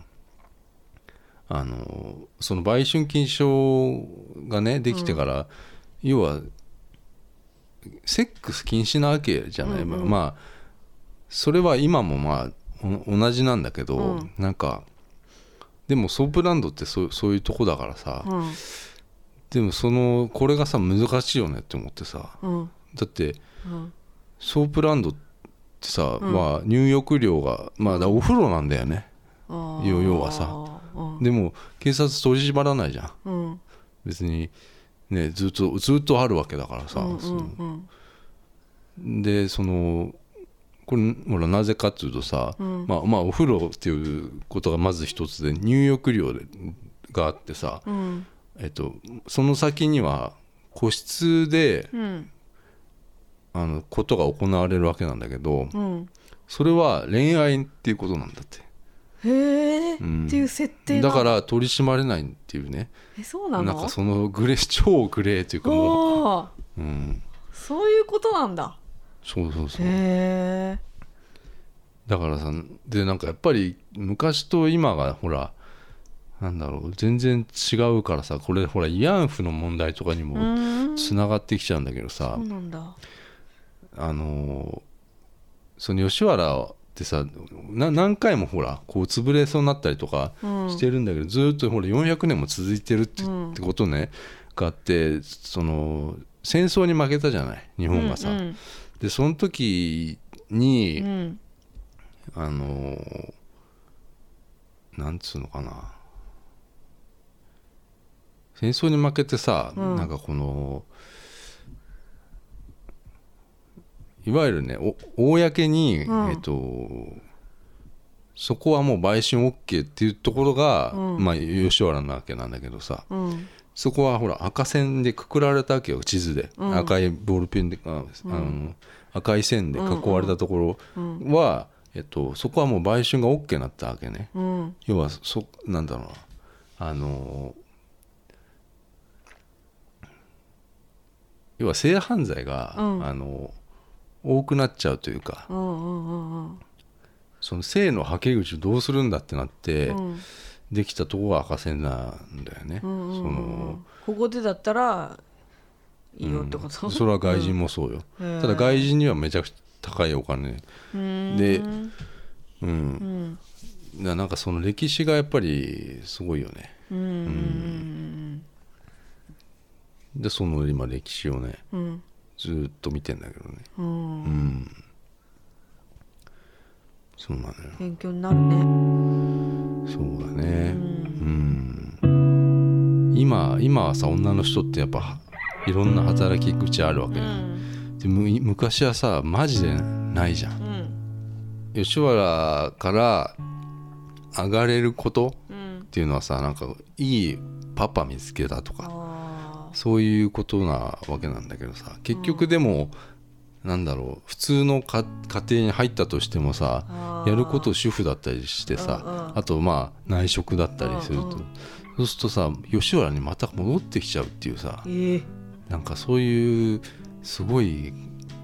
S1: あのその売春禁止法がねできてから、要はセックス禁止なわけじゃない、
S2: うんうん
S1: まあそれは今もまあお同じなんだけど、
S2: うん
S1: なんかでもソープランドってそうそういうとこだからさ、
S2: うん
S1: でもそのこれがさ難しいよねって思ってさ
S2: うん
S1: だって
S2: うん
S1: ソープランドってさ、
S2: うん
S1: まあ入浴料がまあだからお風呂なんだよね
S2: あー
S1: 要要はさ
S2: うん
S1: でも警察取り締まらないじゃん
S2: うん
S1: 別にねずっとずっとあるわけだからさ、
S2: うんう
S1: その
S2: んうん
S1: でそのこれほらなぜかっていうとさ、
S2: うん
S1: まあ、まあお風呂っていうことがまず一つで入浴料でがあってさ、
S2: うん
S1: えっと、その先には個室で
S2: うん
S1: あのことが行われるわけなんだけど
S2: うん
S1: それは恋愛っていうことなんだって
S2: へえって
S1: うん
S2: いう設定
S1: だ
S2: な
S1: から取り締まれないっていうね
S2: えそうな
S1: なん
S2: の
S1: かそのグレー超グレーというかもう、
S2: おー
S1: うん、
S2: そういうことなんだ
S1: そうそうそう
S2: へえ
S1: だからさでなんかやっぱり昔と今がほらなんだろう全然違うからさこれほら慰安婦の問題とかに
S2: う
S1: も
S2: ーんそ
S1: つながってきちゃうんだけどさ、
S2: うなんだ
S1: あのーその吉原ってさな何回もほらこう潰れそうになったりとか
S2: うん
S1: してるんだけど、ずーっとほら400年も続いてるって,、
S2: うん
S1: ってことねがあってその戦争に負けたじゃない日本がさ。
S2: うん
S1: でその時
S2: う
S1: に、
S2: んうん
S1: あのーなんつうのかな戦争に負けてさ、
S2: うん
S1: なんかこのいわゆるねお公に、
S2: うん
S1: えっとそこはもう売春 OK っていうところが、
S2: うん
S1: まあ吉原なわけなんだけどさ
S2: うん
S1: そこはほら赤線でくくられたわけよ地図で、
S2: うん
S1: 赤いボールペンでああの、赤い線で囲われたところ、
S2: うん
S1: は、えっと、そこはもう売春が OK になったわけね
S2: うん
S1: 要はそなんだろうなあのー要は性犯罪が、
S2: うん
S1: あの多くなっちゃうというか
S2: うんうん
S1: その性のはけ口をどうするんだってなって、
S2: うん
S1: できたとこが赤線なんだよね、
S2: うんうんうん
S1: その
S2: ここでだったらいいよってこと、
S1: それは外人もそうよ、ただ外人にはめちゃくちゃ高いお金
S2: 人
S1: で
S2: うん
S1: うん
S2: う、ん
S1: ななんかその歴史がやっぱりすごいよね
S2: うんうん
S1: でその今歴史をね
S2: うん
S1: ずーっと見てんだけどね
S2: う
S1: うんんそうなのよ
S2: 勉強になるね
S1: そうだ
S2: う
S1: ね
S2: ん
S1: うん今今はさ女の人ってやっぱいろんな働き口あるわけ
S2: う
S1: よ、
S2: ん
S1: でむ昔はさマジでないじゃん
S2: うん
S1: 吉原から上がれること
S2: うん
S1: っていうのはさなんかいいパパ見つけたとか
S2: あ
S1: そういうことなわけなんだけどさ結局でも、なんだろう普通のか家庭に入ったとしてもさ
S2: あー
S1: やること主婦だったりして
S2: うん
S1: さ
S2: うん
S1: あとまあ内職だったりする
S2: うんう
S1: と
S2: ん
S1: そうするとさ吉原にまた戻ってきちゃうっていうさ
S2: えー
S1: なんかそういうすごい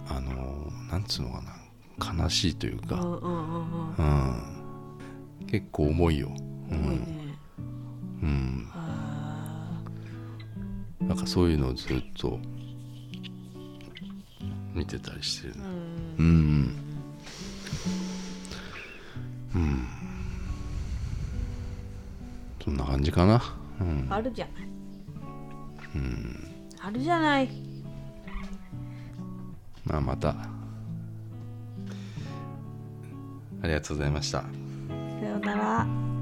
S1: あのなんつうのかな悲しいという
S2: うん
S1: か、
S2: うんうんうん
S1: うん、結構重いよ、う
S2: 重い
S1: ん
S2: ね
S1: うん、
S2: あ
S1: なんかそういうのをずっと見てたりしてる
S2: ーう
S1: ね
S2: ん
S1: うんうんそんな感じかな、うん、
S2: あるじゃないあるじゃない
S1: まあまたありがとうございました
S2: さようなら